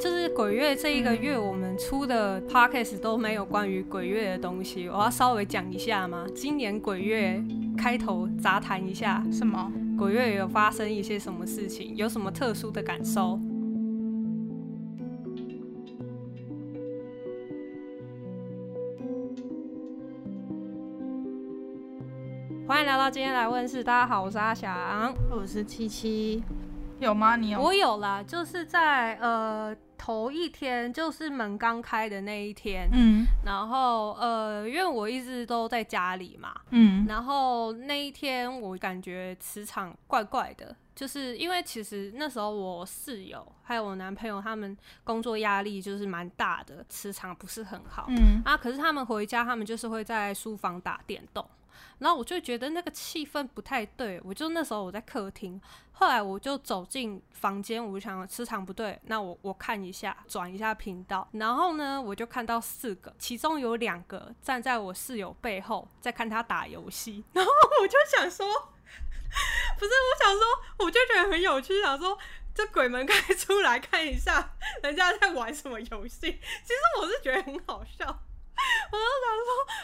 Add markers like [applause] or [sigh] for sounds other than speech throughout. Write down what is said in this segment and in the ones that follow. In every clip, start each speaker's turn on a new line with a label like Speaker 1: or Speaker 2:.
Speaker 1: 就是鬼月这一个月我们出的 podcast 都没有关于鬼月的东西，我要稍微讲一下嘛。今年鬼月开头杂谈一下，
Speaker 2: 什么？
Speaker 1: 鬼月有发生一些什么事情，有什么特殊的感受？欢迎来到今天来问事，大家好，我是阿翔。
Speaker 3: 我是七七，
Speaker 2: 有吗？你有？
Speaker 1: 我有啦，就是在呃头一天，就是门刚开的那一天，
Speaker 2: 嗯
Speaker 1: 然后呃，因为我一直都在家里嘛，
Speaker 2: 嗯
Speaker 1: 然后那一天我感觉磁场怪怪的，就是因为其实那时候我室友还有我男朋友他们工作压力就是蛮大的，磁场不是很好。
Speaker 2: 嗯，
Speaker 1: 啊，可是他们回家，他们就是会在书房打电动，然后我就觉得那个气氛不太对，我就那时候我在客厅，后来我就走进房间，我就想磁场不对，那我我看一下，转一下频道，然后呢，我就看到四个，其中有两个站在我室友背后在看他打游戏， [laughs] 然后我就想说，不是，我想说，我就觉得很有趣，想说。这鬼门开出来看一下，人家在玩什么游戏？其实我是觉得很好笑，我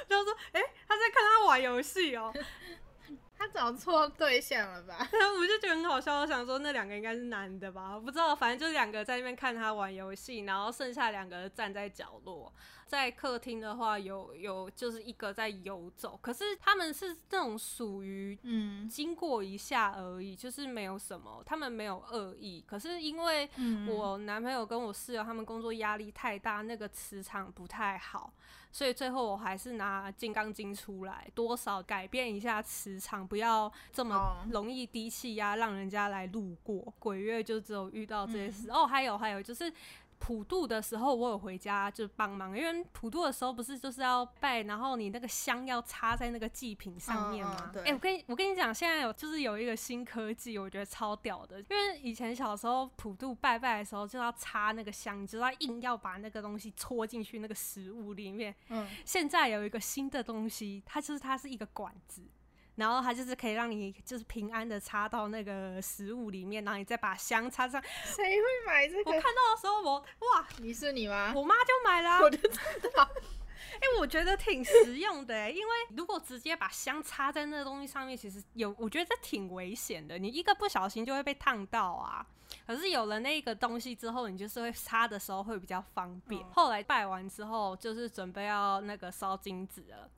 Speaker 1: 就说，哎、他在看他玩游戏哦，
Speaker 3: 他找错对象了吧？
Speaker 1: 然后我就觉得很好笑，我想说那两个应该是男的吧，我不知道，反正就两个在那边看他玩游戏，然后剩下两个站在角落，在客厅的话有有就是一个在游走，可是他们是那种属于
Speaker 2: 嗯
Speaker 1: 经过一下而已，就是没有什么，他们没有恶意，可是因为
Speaker 2: 嗯
Speaker 1: 我男朋友跟我室友他们工作压力太大，那个磁场不太好，所以最后我还是拿金刚经出来，多少改变一下磁场，不要这么
Speaker 3: 哦
Speaker 1: 容易低气压，让人家来路过。鬼月就只有遇到这些
Speaker 2: 嗯
Speaker 1: 事。哦，还有还有就是。普渡的时候，我有回家就帮忙，因为普渡的时候不是就是要拜，然后你那个香要插在那个祭品上面吗？
Speaker 3: 嗯嗯对
Speaker 1: 诶我跟你我跟你讲，现在有就是有一个新科技，我觉得超屌的，因为以前小时候普渡拜拜的时候就要插那个香，你就要硬要把那个东西戳进去那个食物里面，
Speaker 2: 嗯
Speaker 1: 现在有一个新的东西，它就是它是一个管子，然后它就是可以让你就是平安的插到那个食物里面，然后你再把香插上。
Speaker 3: 谁会买这
Speaker 1: 我看
Speaker 3: 个？
Speaker 1: 到的时候我，哇，
Speaker 3: 你是你吗？
Speaker 1: 我妈就买啊啦、
Speaker 3: 我就知道，
Speaker 1: 哎、我觉得挺实用的、欸，因为如果直接把香插在那个东西上面，其实有我觉得挺危险的，你一个不小心就会被烫到啊。可是有了那个东西之后，你就是会插的时候会比较方便。后来拜完之后，就是准备要那个烧金纸了。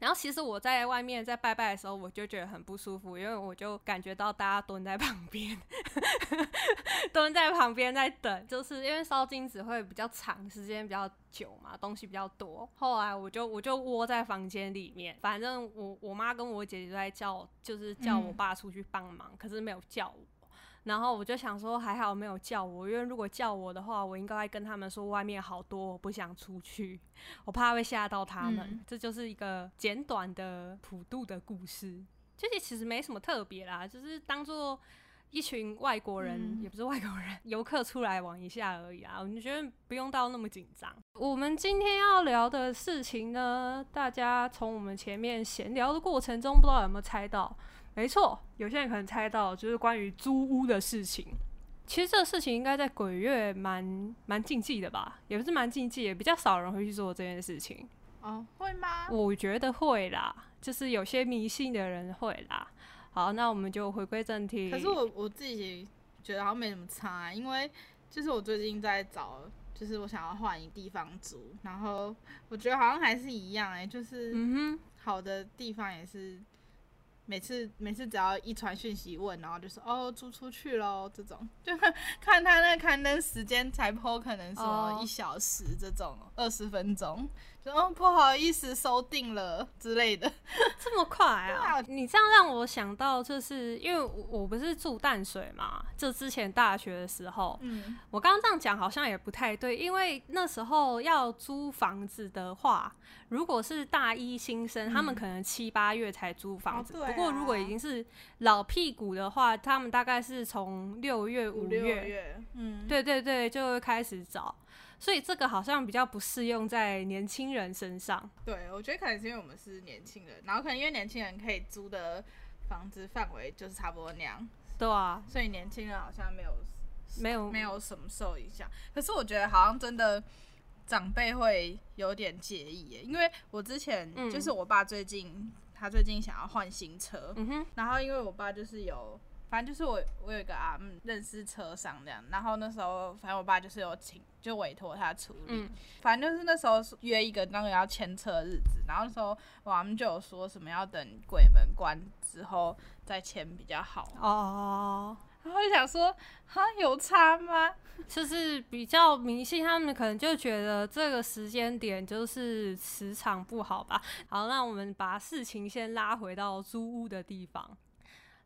Speaker 1: 然后其实我在外面在拜拜的时候，我就觉得很不舒服，因为我就感觉到大家蹲在旁边， [laughs] 蹲在旁边在等，就是因为烧金纸会比较长，时间比较久嘛，东西比较多。后来我就我就窝在房间里面，反正我我妈跟我姐姐都在叫我，就是叫我
Speaker 2: 嗯
Speaker 1: 爸出去帮忙，可是没有叫我。然后我就想说，还好没有叫我，因为如果叫我的话，我应该跟他们说外面好多，我不想出去， [laughs] 我怕会吓到他们。
Speaker 2: 嗯
Speaker 1: 这就是一个简短的普渡的故事，就是其实没什么特别啦，就是当做一群外国人，
Speaker 2: 嗯
Speaker 1: 也不是外国人，游客出来玩一下而已啊。我们觉得不用到那么紧张。我们今天要聊的事情呢，大家从我们前面闲聊的过程中，不知道有没有猜到？没错，有些人可能猜到，就是关于租屋的事情。其实这个事情应该在鬼月蛮蛮禁忌的吧，也不是蛮禁忌，也比较少人会去做这件事情。
Speaker 2: 哦，会吗？
Speaker 1: 我觉得会啦，就是有些迷信的人会啦。好，那我们就回归正题。
Speaker 3: 可是我我自己觉得好像没什么差、欸因为就是我最近在找，就是我想要换一地方住，然后我觉得好像还是一样、哎，就是
Speaker 1: 嗯
Speaker 3: 好的地方也是。每次每次只要一传讯息问，然后就说哦租出去喽，这种 [laughs] 就看看他那刊登时间才 PO，可能什
Speaker 1: 哦
Speaker 3: 么一小时这种二十、分钟，就哦不好意思收定了之类的。
Speaker 1: 哼，这么快啊！
Speaker 3: 啊
Speaker 1: 你这样让我想到，就是因为我我不是住淡水嘛，就之前大学的时候，
Speaker 3: 嗯，
Speaker 1: 我刚刚这样讲好像也不太对，因为那时候要租房子的话，如果是大一新生，他们可能七八月才租房子。
Speaker 3: 嗯哦对啊
Speaker 1: 不过如果已经是老屁股的话，他们大概是从六月五
Speaker 3: 五六月，嗯，
Speaker 1: 对对对，就会开始找。所以这个好像比较不适用在年轻人身上。
Speaker 3: 对，我觉得可能是因为我们是年轻人，然后可能因为年轻人可以租的房子范围就是差不多那样，
Speaker 1: 对啊，
Speaker 3: 所以年轻人好像没有
Speaker 1: 没有
Speaker 3: 没有什么受影响。可是我觉得好像真的长辈会有点介意耶，因为我之前、
Speaker 1: 嗯
Speaker 3: 就是我爸最近他最近想要换新车，
Speaker 1: 嗯哼，
Speaker 3: 然后因为我爸就是有，反正就是我我有一个阿姆认识车商这样，然后那时候反正我爸就是有请就委托他处理，
Speaker 1: 嗯
Speaker 3: 反正就是那时候是约一个那个要签车的日子，然后那时候我阿姆就有说什么要等鬼门关之后再签比较好，
Speaker 1: 哦，
Speaker 3: 然后就想说哈有差吗？
Speaker 1: 就是比较迷信，他们可能就觉得这个时间点就是磁场不好吧。好，那我们把事情先拉回到租屋的地方。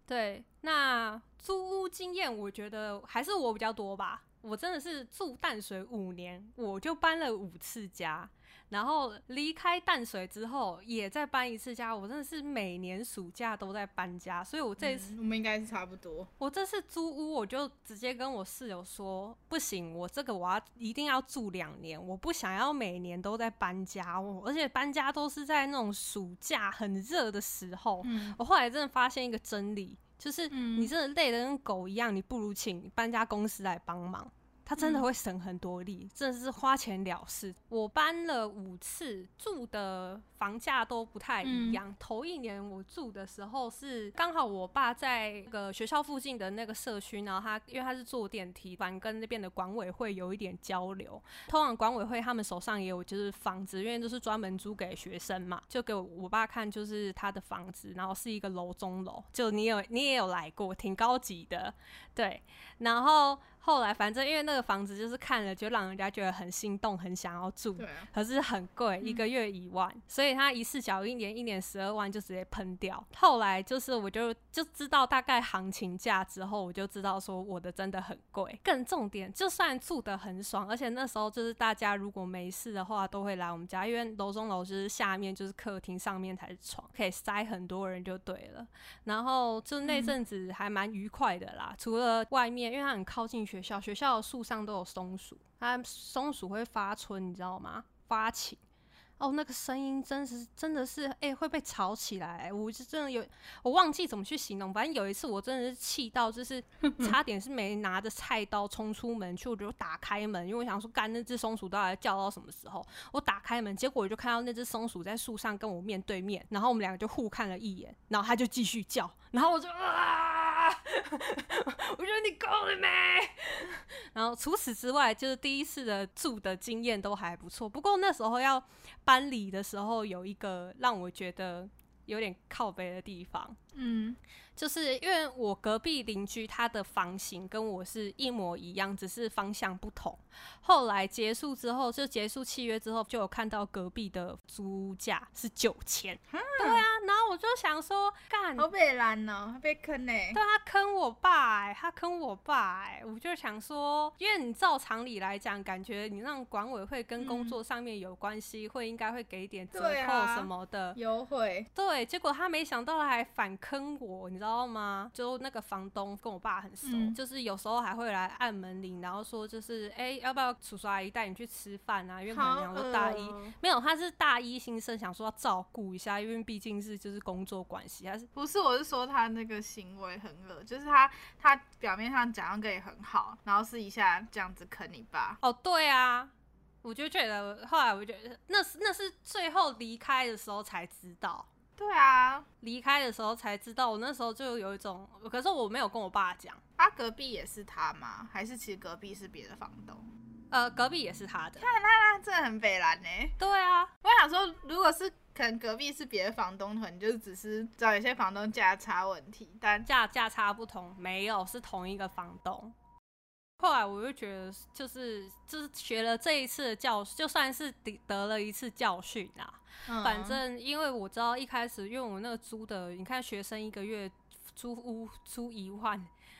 Speaker 1: 对，那租屋经验，我觉得还是我比较多吧。我真的是住淡水五年，我就搬了五次家，然后离开淡水之后也再搬一次家。我真的是每年暑假都在搬家，所以我这次
Speaker 3: 嗯我们应该是差不多，
Speaker 1: 我这次租屋，我就直接跟我室友说，不行，我这个我要一定要住两年，我不想要每年都在搬家，我而且搬家都是在那种暑假很热的时候。
Speaker 3: 嗯，
Speaker 1: 我后来真的发现一个真理，就是
Speaker 3: 嗯
Speaker 1: 你真的累得跟狗一样，你不如请搬家公司来帮忙，他真的
Speaker 3: 嗯
Speaker 1: 会省很多力，真的是花钱了事。我搬了五次，住的房价都不太一样。头一年我住的时候是刚好我爸在那个学校附近的那个社区，然后他因为他是坐电梯，反正跟那边的管委会有一点交流。通常管委会他们手上也有就是房子，因为就是专门租给学生嘛，就给我我爸看就是他的房子，然后是一个楼中楼，就你有你也有来过，挺高级的，对。然后后来反正因为那个房子就是看了就让人家觉得很心动，很想要住，
Speaker 3: 对啊，
Speaker 1: 可是很贵，一个月一万，所以他一次缴一年，一年十二万就直接喷掉。后来就是我就就知道大概行情价之后，我就知道说我的真的很贵。更重点，就算住的很爽，而且那时候就是大家如果没事的话，都会来我们家，因为楼中楼就是下面就是客厅，上面才是床，可以塞很多人就对了。然后就那阵子还蛮愉快的啦，除了外面，因为它很靠近学校，学校的树上都有松鼠，它松鼠会发春，你知道吗？发情。哦，那个声音真是真的是，哎、会被吵起来、我是真的有，我忘记怎么去形容。反正有一次，我真的是气到，就是差点是没拿着菜刀冲出门去，我就打开门，因为我想说，干那只松鼠到底叫到什么时候？我打开门，结果我就看到那只松鼠在树上跟我面对面，然后我们两个就互看了一眼，然后它就继续叫，然后我就啊， [laughs] 我觉得你够了没？然后除此之外，就是第一次的住的经验都还不错，不过那时候要搬离的时候，有一个让我觉得有点靠北的地方，
Speaker 3: 嗯，
Speaker 1: 就是因为我隔壁邻居他的房型跟我是一模一样，只是方向不同。后来结束之后，就结束契约之后，就有看到隔壁的租价是九千，对啊，然后我就想说，干，
Speaker 3: 好被拦哦，被坑呢，
Speaker 1: 对啊他坑我爸、欸，他坑我爸、欸，我就想说，因为你照常理来讲，感觉你让管委会跟工作上面有关系，会应该会给一点折
Speaker 3: 嗯对
Speaker 1: 扣
Speaker 3: 啊
Speaker 1: 什么的。
Speaker 3: 优惠，
Speaker 1: 对，结果他没想到还反坑我，你知道吗？就那个房东跟我爸很熟，
Speaker 3: 嗯
Speaker 1: 就是有时候还会来按门铃，然后说就是哎、要不要叔叔阿姨带你去吃饭啊？因为可能
Speaker 3: 好
Speaker 1: 想
Speaker 3: 恶
Speaker 1: 说大一、
Speaker 3: 哦
Speaker 1: 没有，他是大一新生，想说要照顾一下，因为毕竟是就是工作关系，他是
Speaker 3: 不是，我是说他那个行为很恶，就是他他表面上讲要跟你很好，然后私底下这样子坑你爸。
Speaker 1: 哦，对啊，我就觉得后来我觉得那是那是最后离开的时候才知道，
Speaker 3: 对啊，
Speaker 1: 离开的时候才知道，我那时候就有一种，可是我没有跟我爸讲，
Speaker 3: 他啊隔壁也是他吗？还是其实隔壁是别的房东？
Speaker 1: 呃，隔壁也是他的，
Speaker 3: 那真的很北蓝呢、
Speaker 1: 对啊，
Speaker 3: 我想说，如果是可能隔壁是别的房东，可能就只是找有些房东价差问题，但
Speaker 1: 价价差不同，没有是同一个房东。后来我就觉得，就是就是学了这一次的教，就算是得得了一次教训啊，
Speaker 3: 嗯
Speaker 1: 反正因为我知道一开始，因为我那个租的，你看学生一个月租屋租一万， [laughs]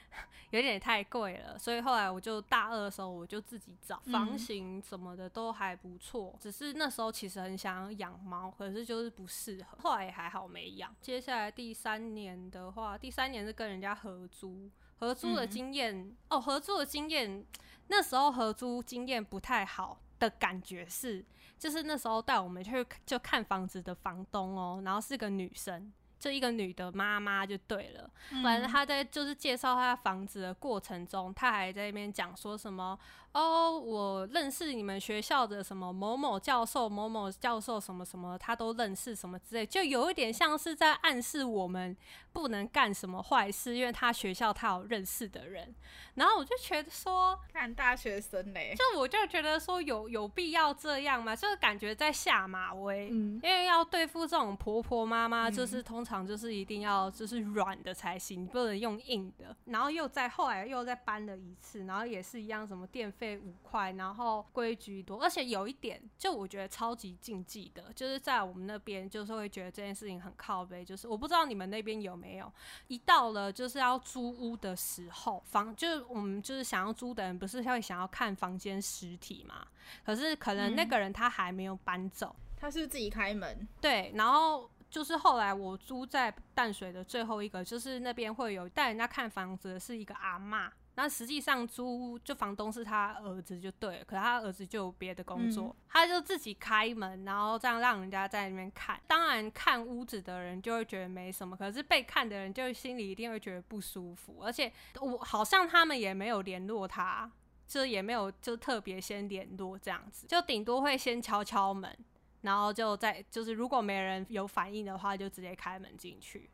Speaker 1: 有点太贵了，所以后来我就大二的时候我就自己找
Speaker 3: 嗯
Speaker 1: 房型什么的都还不错，只是那时候其实很想要养猫，可是就是不适合，后来也还好没养。接下来第三年的话，第三年是跟人家合租。合租的
Speaker 3: 嗯
Speaker 1: 经验、哦，合租的经验，那时候合租经验不太好的感觉是，就是那时候带我们去就看房子的房东哦，然后是个女生，就一个女的妈妈就对了。
Speaker 3: 嗯
Speaker 1: 反正她在就是介绍她房子的过程中，她还在那边讲说什么哦，我认识你们学校的什么某某教授、某某教授什么什么，她都认识什么之类，就有一点像是在暗示我们不能干什么坏事，因为她学校她有认识的人。然后我就觉得说，
Speaker 3: 看大学生嘞，
Speaker 1: 就我就觉得说有有必要这样吗？就是感觉在下马威，
Speaker 3: 嗯
Speaker 1: 因为要对付这种婆婆妈妈，就是通常就是一定要就是软的才行，不能用硬的。然后又在后来又再搬了一次，然后也是一样，什么电费五块，然后规矩多，而且有一点就我觉得超级禁忌的，就是在我们那边就是会觉得这件事情很靠背，就是我不知道你们那边有没有，一到了就是要租屋的时候，房就是我们就是想要租的人，不是会想要看房间实体嘛？可是可能那个人他还没有搬走，
Speaker 3: 他是自己开门，
Speaker 1: 对，然后就是后来我租在淡水的最后一个，就是那边会有带人家看房子的是一个阿嬷，那实际上租就房东是他儿子就对了，可是他儿子就有别的工作，他就自己开门，然后这样让人家在那边看。当然看屋子的人就会觉得没什么，可是被看的人就心里一定会觉得不舒服，而且我好像他们也没有联络他。就也没有就特别先联络这样子，就顶多会先敲敲门，然后就在就是如果没人有反应的话，就直接开门进去。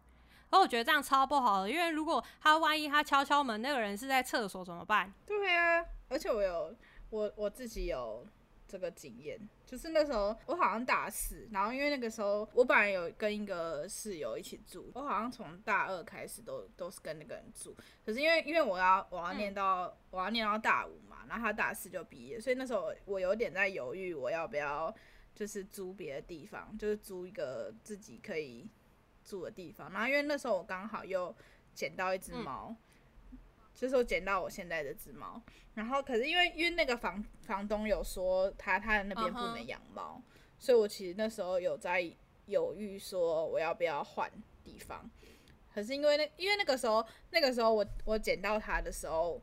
Speaker 1: 而我觉得这样超不好的，因为如果他万一他敲敲门，那个人是在厕所怎么办？
Speaker 3: 对啊，而且我有我我自己有这个经验，就是那时候我好像大四，然后因为那个时候我本来有跟一个室友一起住，我好像从大二开始都都是跟那个人住，可是因为因为我要我要
Speaker 1: 嗯
Speaker 3: 念到、我要念到大五嘛，然后他大四就毕业，所以那时候我有点在犹豫我要不要就是租别的地方，就是租一个自己可以住的地方，然后因为那时候我刚好又捡到一只
Speaker 1: 嗯
Speaker 3: 猫。就是我捡到我现在这只猫，然后可是因为因为那个房房东有说他他那边不
Speaker 1: 嗯哼
Speaker 3: 能养猫所以我其实那时候有在犹豫说我要不要换地方，可是因为那因为那个时候那个时候我我捡到它的时候，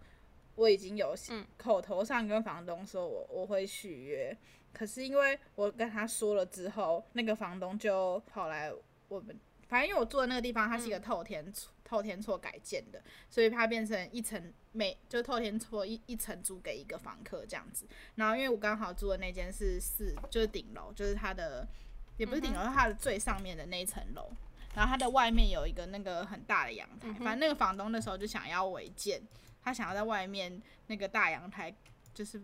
Speaker 3: 我已经有
Speaker 1: 嗯
Speaker 3: 口头上跟房东说我我会续约，可是因为我跟他说了之后，那个房东就跑来我们，反正因为我住的那个地方它是一个透天厝、透天厝改建的，所以它变成一层每就透天厝一一层租给一个房客这样子。然后因为我刚好住的那间是四，就是顶楼，就是它的也不是
Speaker 1: 嗯
Speaker 3: 顶楼，是它的最上面的那一层楼。然后它的外面有一个那个很大的阳台，
Speaker 1: 嗯哼
Speaker 3: 反正那个房东那时候就想要违建，他想要在外面那个大阳台就是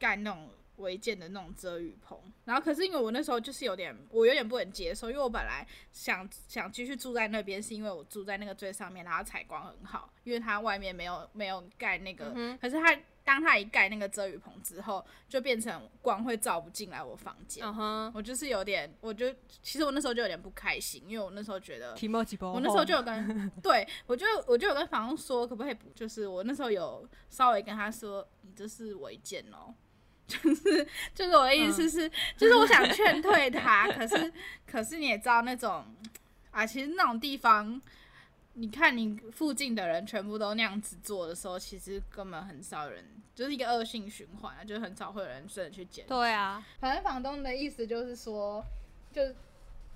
Speaker 3: 盖那种违建的那种遮雨棚。然后可是因为我那时候就是有点，我有点不能接受，因为我本来想想继续住在那边，是因为我住在那个最上面，然后采光很好，因为它外面没有没有盖那个，
Speaker 1: 嗯
Speaker 3: 可是它。当它一盖那个遮雨棚之后，就变成光会照不进来我房间。
Speaker 1: 嗯哼，
Speaker 3: 我就是有点，我就其实我那时候就有点不开心，因为我那时候觉得
Speaker 1: 提莫吉波，
Speaker 3: 我那时候就有跟，对我就我就有跟房东说，可不可以补？就是我那时候有稍微跟他说，你这是违建哦。就是就是我的意思是，就是我想劝退他，可是可是你也知道那种啊，其实那种地方，你看你附近的人全部都那样子做的时候，其实根本很少人，就是一个恶性循环啊，就是很少会有人真的去检
Speaker 1: 对啊，
Speaker 3: 反正房东的意思就是说，就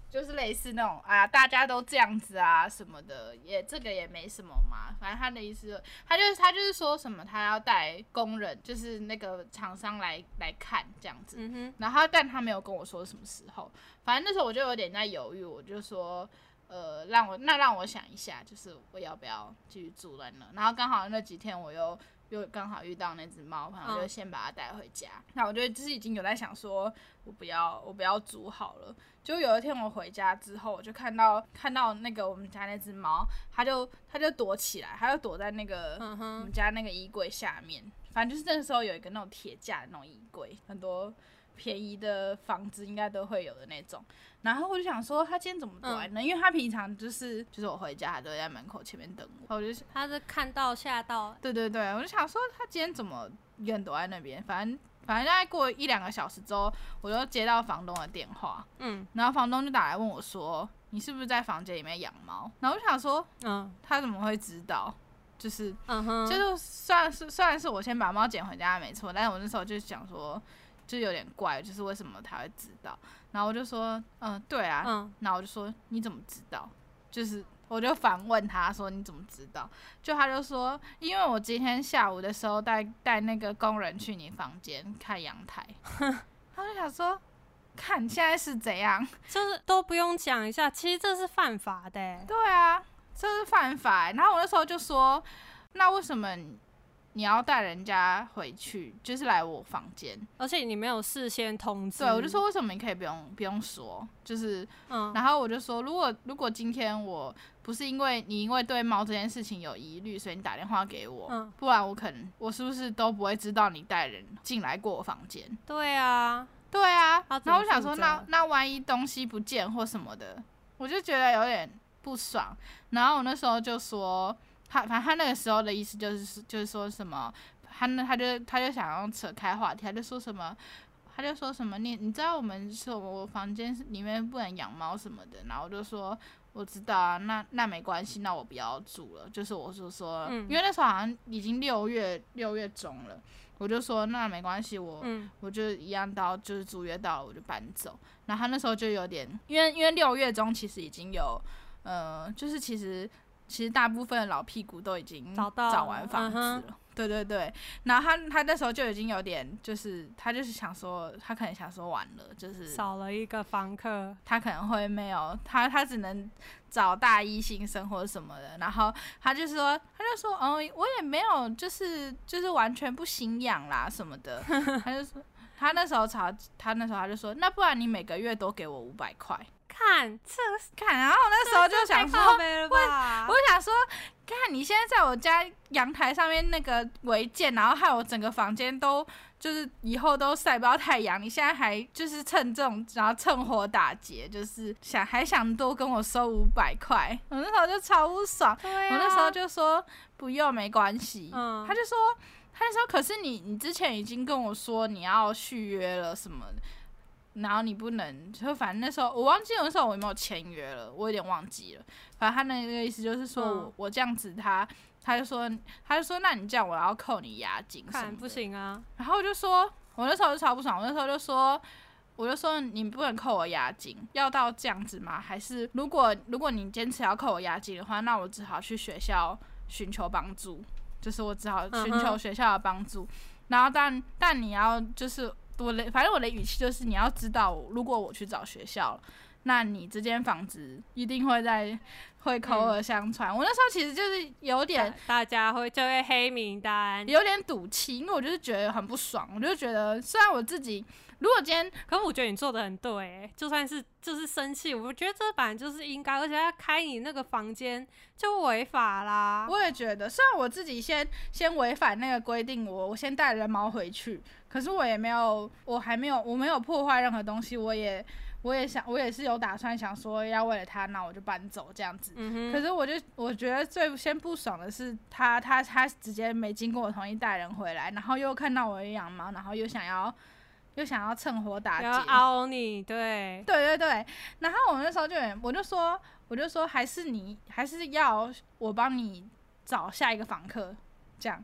Speaker 3: 就是类似那种啊，大家都这样子啊什么的，也这个也没什么嘛。反正他的意思，他就是他就是说什么，他要带工人，就是那个厂商来来看这样子。
Speaker 1: 嗯哼，
Speaker 3: 然后但他没有跟我说什么时候，反正那时候我就有点在犹豫，我就说，呃，让我那让我想一下，就是我要不要继续住在那。然后刚好那几天我又又刚好遇到那只猫，反正我就
Speaker 1: 嗯
Speaker 3: 先把它带回家。那、我就就是已经有在想说，我不要我不要煮好了。就有一天我回家之后，我就看到看到那个我们家那只猫，它就它就躲起来，它就躲在那个
Speaker 1: 嗯
Speaker 3: 我
Speaker 1: 哼，
Speaker 3: 们家那个衣柜下面，反正就是那时候有一个那种铁架的那种衣柜，很多便宜的房子应该都会有的那种。然后我就想说，他今天怎么躲在那？因为他平常就是就是我回家，他都会在门口前面等我。然后我就想
Speaker 1: 他是看到吓到，
Speaker 3: 对对对，我就想说他今天怎么一个人躲在那边？反正反正大概过一两个小时之后，我就接到房东的电话，
Speaker 1: 嗯
Speaker 3: 然后房东就打来问我说：“你是不是在房间里面养猫？”然后我就想说，
Speaker 1: 嗯
Speaker 3: 他怎么会知道？就是
Speaker 1: 嗯哼，
Speaker 3: 就是虽然是虽然是我先把猫捡回家没错，但是我那时候就想说，就有点怪，就是为什么他会知道？然后我就说，嗯、对啊，
Speaker 1: 嗯
Speaker 3: 然后我就说你怎么知道？就是我就反问他说你怎么知道？就他就说，因为我今天下午的时候带带那个工人去你房间看阳台，他就想说，看现在是怎样？
Speaker 1: 就是都不用讲一下，其实这是犯法的欸、
Speaker 3: 对啊，这是犯法欸、然后我那时候就说，那为什么你要带人家回去，就是来我房间？
Speaker 1: 而且你没有事先通知。
Speaker 3: 对，我就说为什么你可以不用不用说，就是，
Speaker 1: 嗯，
Speaker 3: 然后我就说，如果如果今天我不是因为你因为对猫这件事情有疑虑，所以你打电话给我，
Speaker 1: 嗯
Speaker 3: 不然我可能我是不是都不会知道你带人进来过我房间？
Speaker 1: 对啊，
Speaker 3: 对啊
Speaker 1: 他，怎么
Speaker 3: 然后我想说，
Speaker 1: 负责
Speaker 3: 那那万一东西不见或什么的，我就觉得有点不爽。然后我那时候就说，他反正他那个时候的意思就是就是说什么，他那他就他就想要扯开话题，他就说什么。他就说什么你你知道我们说我房间里面不能养猫什么的，然后我就说我知道啊，那那没关系，那我不要住了。就是我就说，
Speaker 1: 嗯
Speaker 3: 因为那时候好像已经六月六月中了，我就说那没关系，我、
Speaker 1: 嗯，
Speaker 3: 我就一样到就是租约到了我就搬走。然后他那时候就有点，因为因为六月中其实已经有，呃，就是其实其实大部分的老屁股都已经
Speaker 1: 找到
Speaker 3: 找
Speaker 1: 了
Speaker 3: 完房子
Speaker 1: 嗯
Speaker 3: 了。对对对，然后他他那时候就已经有点，就是他就是想说，他可能想说完了，就是
Speaker 1: 少了一个房客，
Speaker 3: 他可能会没有他，他只能找大一新生或者什么的。然后他就说，他就说，哦，我也没有，就是就是完全不心痒啦什么的。他就说，他那时候查，他那时候他就说，那不然你每个月都给我五百块。
Speaker 1: 看这
Speaker 3: 看，然后我那时候就想
Speaker 1: 太
Speaker 3: 说，
Speaker 1: 靠背了吧
Speaker 3: 我？想说，看你现在在我家阳台上面那个违建，然后害我整个房间都就是以后都晒不到太阳。你现在还就是趁这种，然后趁火打劫，就是想还想多跟我收五百块，我那时候就超不爽。
Speaker 1: 对啊，
Speaker 3: 我那时候就说不用，没关系。
Speaker 1: 嗯
Speaker 3: 他就说，他就说，可是你你之前已经跟我说你要续约了什么的，然后你不能，就反正那时候我忘记那时候我有没有签约了，我有点忘记了。反正他那个意思就是说我、
Speaker 1: 嗯
Speaker 3: 我这样子他。他就说，他就说，那你这样我要扣你押金什么
Speaker 1: 看
Speaker 3: 的
Speaker 1: 不行啊，
Speaker 3: 然后我就说，我那时候就超不爽，我那时候就说，我就说你不能扣我押金，要到这样子吗？还是如果如果你坚持要扣我押金的话，那我只好去学校寻求帮助，就是我只好寻
Speaker 1: 嗯
Speaker 3: 求
Speaker 1: 哼
Speaker 3: 学校的帮助。然后但但你要就是我的，反正我的语气就是你要知道我，如果我去找学校了那你这间房子一定会在
Speaker 1: 嗯
Speaker 3: 会口耳相传。我那时候其实就是有点
Speaker 1: 大家会就会黑名单。
Speaker 3: 有点赌气，因为我就是觉得很不爽，我就觉得虽然我自己如果今天
Speaker 1: 可我觉得你做的很对、欸，就算是就是生气，我觉得这本来就是应该，而且他开你那个房间就违法啦。
Speaker 3: 我也觉得，虽然我自己先先违反那个规定，我我先带了猫回去，可是我也没有，我还没有，我没有破坏任何东西，我也我也想，我也是有打算想说要为了它，那我就搬走这样子。
Speaker 1: 嗯
Speaker 3: 可
Speaker 1: 哼，
Speaker 3: 是我就我觉得最先不爽的是他他他直接没经过我同意带人回来，然后又看到我养猫，然后又想要又想要趁火打劫，
Speaker 1: 然后凹你，对，
Speaker 3: 对对对，然后我那时候就有点，我就说，我就说，还是你，还是要我帮你找下一个访客，这样。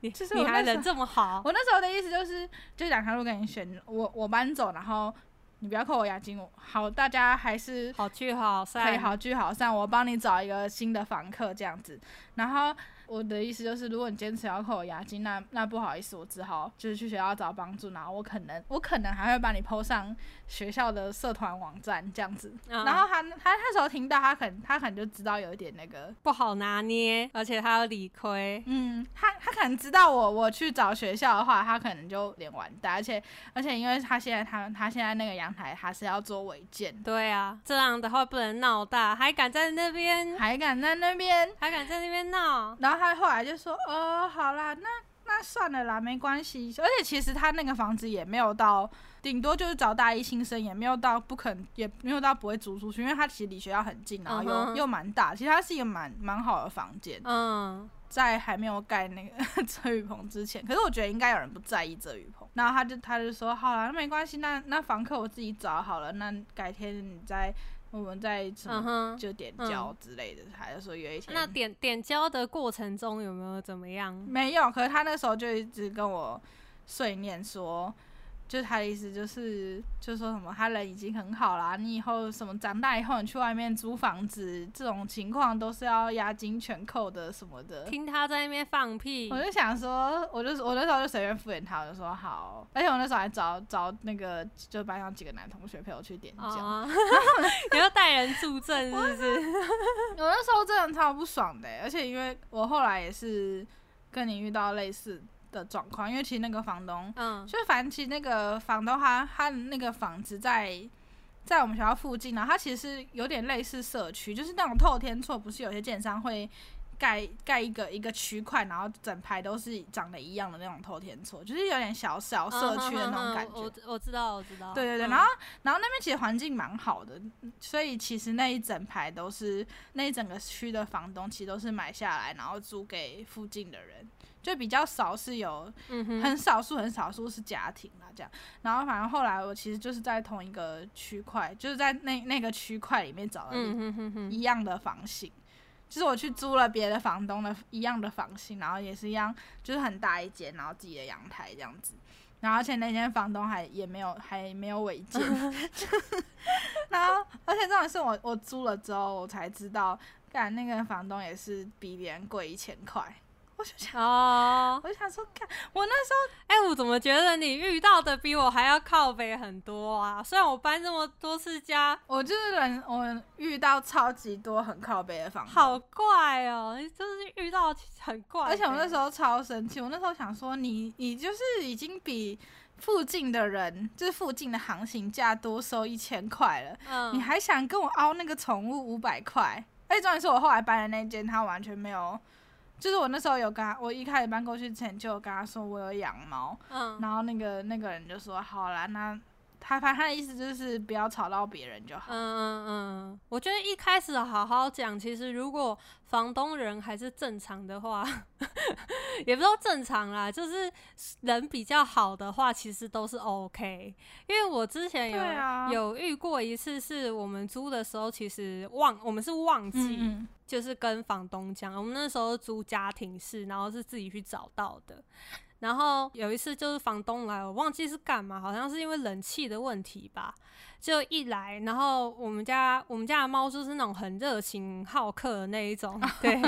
Speaker 1: 你
Speaker 3: 就是
Speaker 1: 你
Speaker 3: 我
Speaker 1: 还
Speaker 3: 那时
Speaker 1: 人
Speaker 3: 候
Speaker 1: 这么好，
Speaker 3: 我那时候的意思就是，就两条路给你选，我我搬走，然后你不要扣我押金，我好，大家还是
Speaker 1: 好聚好散，
Speaker 3: 可以好聚好散，我帮你找一个新的房客这样子。然后我的意思就是，如果你坚持要扣我押金，那那不好意思，我只好就是去学校找帮助，然后我可能我可能还会把你 PO 上学校的社团网站这样子。
Speaker 1: 嗯
Speaker 3: 然后他他他那时候听到，他可能他可能就知道有一点那个，
Speaker 1: 不好拿捏，而且他要理亏。
Speaker 3: 嗯，他他可能知道我我去找学校的话，他可能就有点完蛋，而且而且因为他现在他他现在那个阳台他是要做违建，
Speaker 1: 对啊，这样的话不能闹大，还敢在那边，
Speaker 3: 还敢在那边，
Speaker 1: 还敢在那边闹，
Speaker 3: 然后他后来就说，哦，好啦，那那算了啦，没关系，而且其实他那个房子也没有到，顶多就是找大一新生，也没有到不肯，也没有到不会租出去，因为他其实离学校很近，然后又、
Speaker 1: 嗯哼
Speaker 3: 又蛮大，其实它是一个蛮蛮好的房间。
Speaker 1: 嗯，
Speaker 3: 在还没有盖那个 [laughs] 遮雨棚之前，可是我觉得应该有人不在意遮雨棚，然后他就他就说好了，那没关系，那那房客我自己找好了，那改天你再我们再什
Speaker 1: 嗯
Speaker 3: 么、
Speaker 1: 哼。
Speaker 3: 就点交之类的，还是说约一天？
Speaker 1: 那点点交的过程中有没有怎么样？
Speaker 3: 没有，可是他那时候就一直跟我碎念说，就是他的意思就是，就是说什么他人已经很好啦，你以后什么长大以后你去外面租房子，这种情况都是要押金全扣的什么的。
Speaker 1: 听他在那边放屁
Speaker 3: 我，就想说，我就我那时候就随便敷衍他，我就说好，而且我那时候还找找那个就班上几个男同学陪我去点交，
Speaker 1: 啊，你要带人助阵是不是？
Speaker 3: 我那时候真的超不爽的欸、而且因为我后来也是跟你遇到类似的状况，因为其实那个房东，
Speaker 1: 嗯，
Speaker 3: 就是反正其实那个房东他他的那个房子在在我们学校附近然后他其实是有点类似社区，就是那种透天厝，不是有些建商会。盖盖一个一个区块，然后整排都是长得一样的那种透天厝，就是有点小
Speaker 1: 嗯
Speaker 3: 小社区的那种感觉。
Speaker 1: 嗯嗯嗯嗯我我知道，我知道。
Speaker 3: 对对对，
Speaker 1: 嗯
Speaker 3: 然后然后那边其实环境蛮好的，所以其实那一整排都是那一整个区的房东，其实都是买下来，然后租给附近的人，就比较少是有
Speaker 1: 嗯哼，
Speaker 3: 很少数很少数是家庭啦这样。然后反正后来我其实就是在同一个区块，就是在那那个区块里面找了
Speaker 1: 嗯哼哼哼，
Speaker 3: 一样的房型。就是我去租了别的房东的一样的房型，然后也是一样，就是很大一间，然后自己的阳台这样子。然后而且那间房东还也没有还没有违建， [laughs] 然后而且这种是我我租了之后我才知道，干那个房东也是比别人贵一千块。我就想，
Speaker 1: 哦，
Speaker 3: 我就想说，干我那时候
Speaker 1: 哎、我怎么觉得你遇到的比我还要靠北很多啊？虽然我搬这么多次家，
Speaker 3: 我就是人，我遇到超级多很靠北的房东，
Speaker 1: 好怪哦、你就是遇到很怪的。
Speaker 3: 而且我那时候超生气，我那时候想说你，你就是已经比附近的人，就是附近的行情价多收一千块了，
Speaker 1: 嗯，
Speaker 3: 你还想跟我凹那个宠物五百块？而且重点是我后来搬的那间，他完全没有，就是我那时候有跟他，我一开始搬过去之前就有跟他说我有养猫，
Speaker 1: 嗯
Speaker 3: 然后那个那个人就说好啦，那他反正他的意思就是不要吵到别人就
Speaker 1: 嗯
Speaker 3: 好。
Speaker 1: 嗯嗯，我觉得一开始好好讲，其实如果房东人还是正常的话， [laughs] 也不知道正常啦，就是人比较好的话，其实都是 OK。因为我之前有、
Speaker 3: 对啊
Speaker 1: 有遇过一次，是我们租的时候，其实忘我们是忘记。
Speaker 3: 嗯嗯，
Speaker 1: 就是跟房东讲，我们那时候租家庭式，然后是自己去找到的。然后有一次就是房东来，我忘记是干嘛，好像是因为冷气的问题吧。就一来，然后我们家我们家的猫就是那种很热情好客的那一种，对，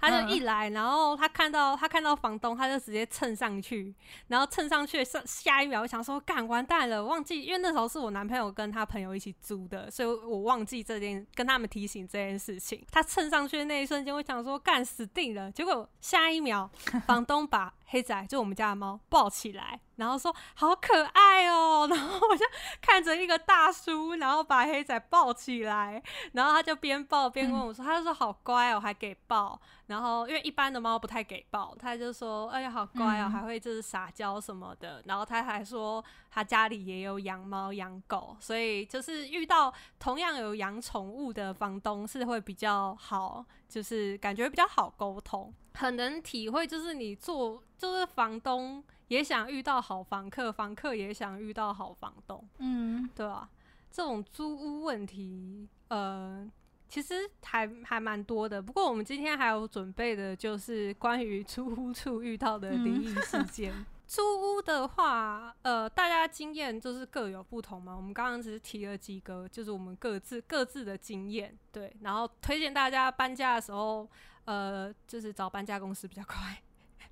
Speaker 1: 它就一来，然后它看到它看到房东，它就直接蹭上去，然后蹭上去上下一秒，我想说干完蛋了，忘记，因为那时候是我男朋友跟他朋友一起租的，所以我忘记这件跟他们提醒这件事情。他蹭上去的那一瞬间，我想说干死定了，结果下一秒房东把黑仔就我们家的猫抱起来，然后说好可爱哦， [laughs] 然后我就看着一个大叔，然后把黑仔抱起来，然后他就边抱边问我说，他就说好乖哦，还给抱，然后因为一般的猫不太给抱，他就说哎呀好乖哦，
Speaker 3: 嗯
Speaker 1: 还会就是撒娇什么的，然后他还说他家里也有养猫养狗，所以就是遇到同样有养宠物的房东是会比较好，就是感觉比较好沟通，很能体会就是你做就是房东。也想遇到好房客，房客也想遇到好房东，
Speaker 3: 嗯，
Speaker 1: 对啊，这种租屋问题，呃，其实还还蛮多的。不过我们今天还有准备的就是关于租屋处遇到的灵异事件。 [laughs] 租屋的话，呃，大家经验就是各有不同嘛。我们刚刚只是提了几个，就是我们各自各自的经验，对。然后推荐大家搬家的时候，呃，就是找搬家公司比较快。 [laughs]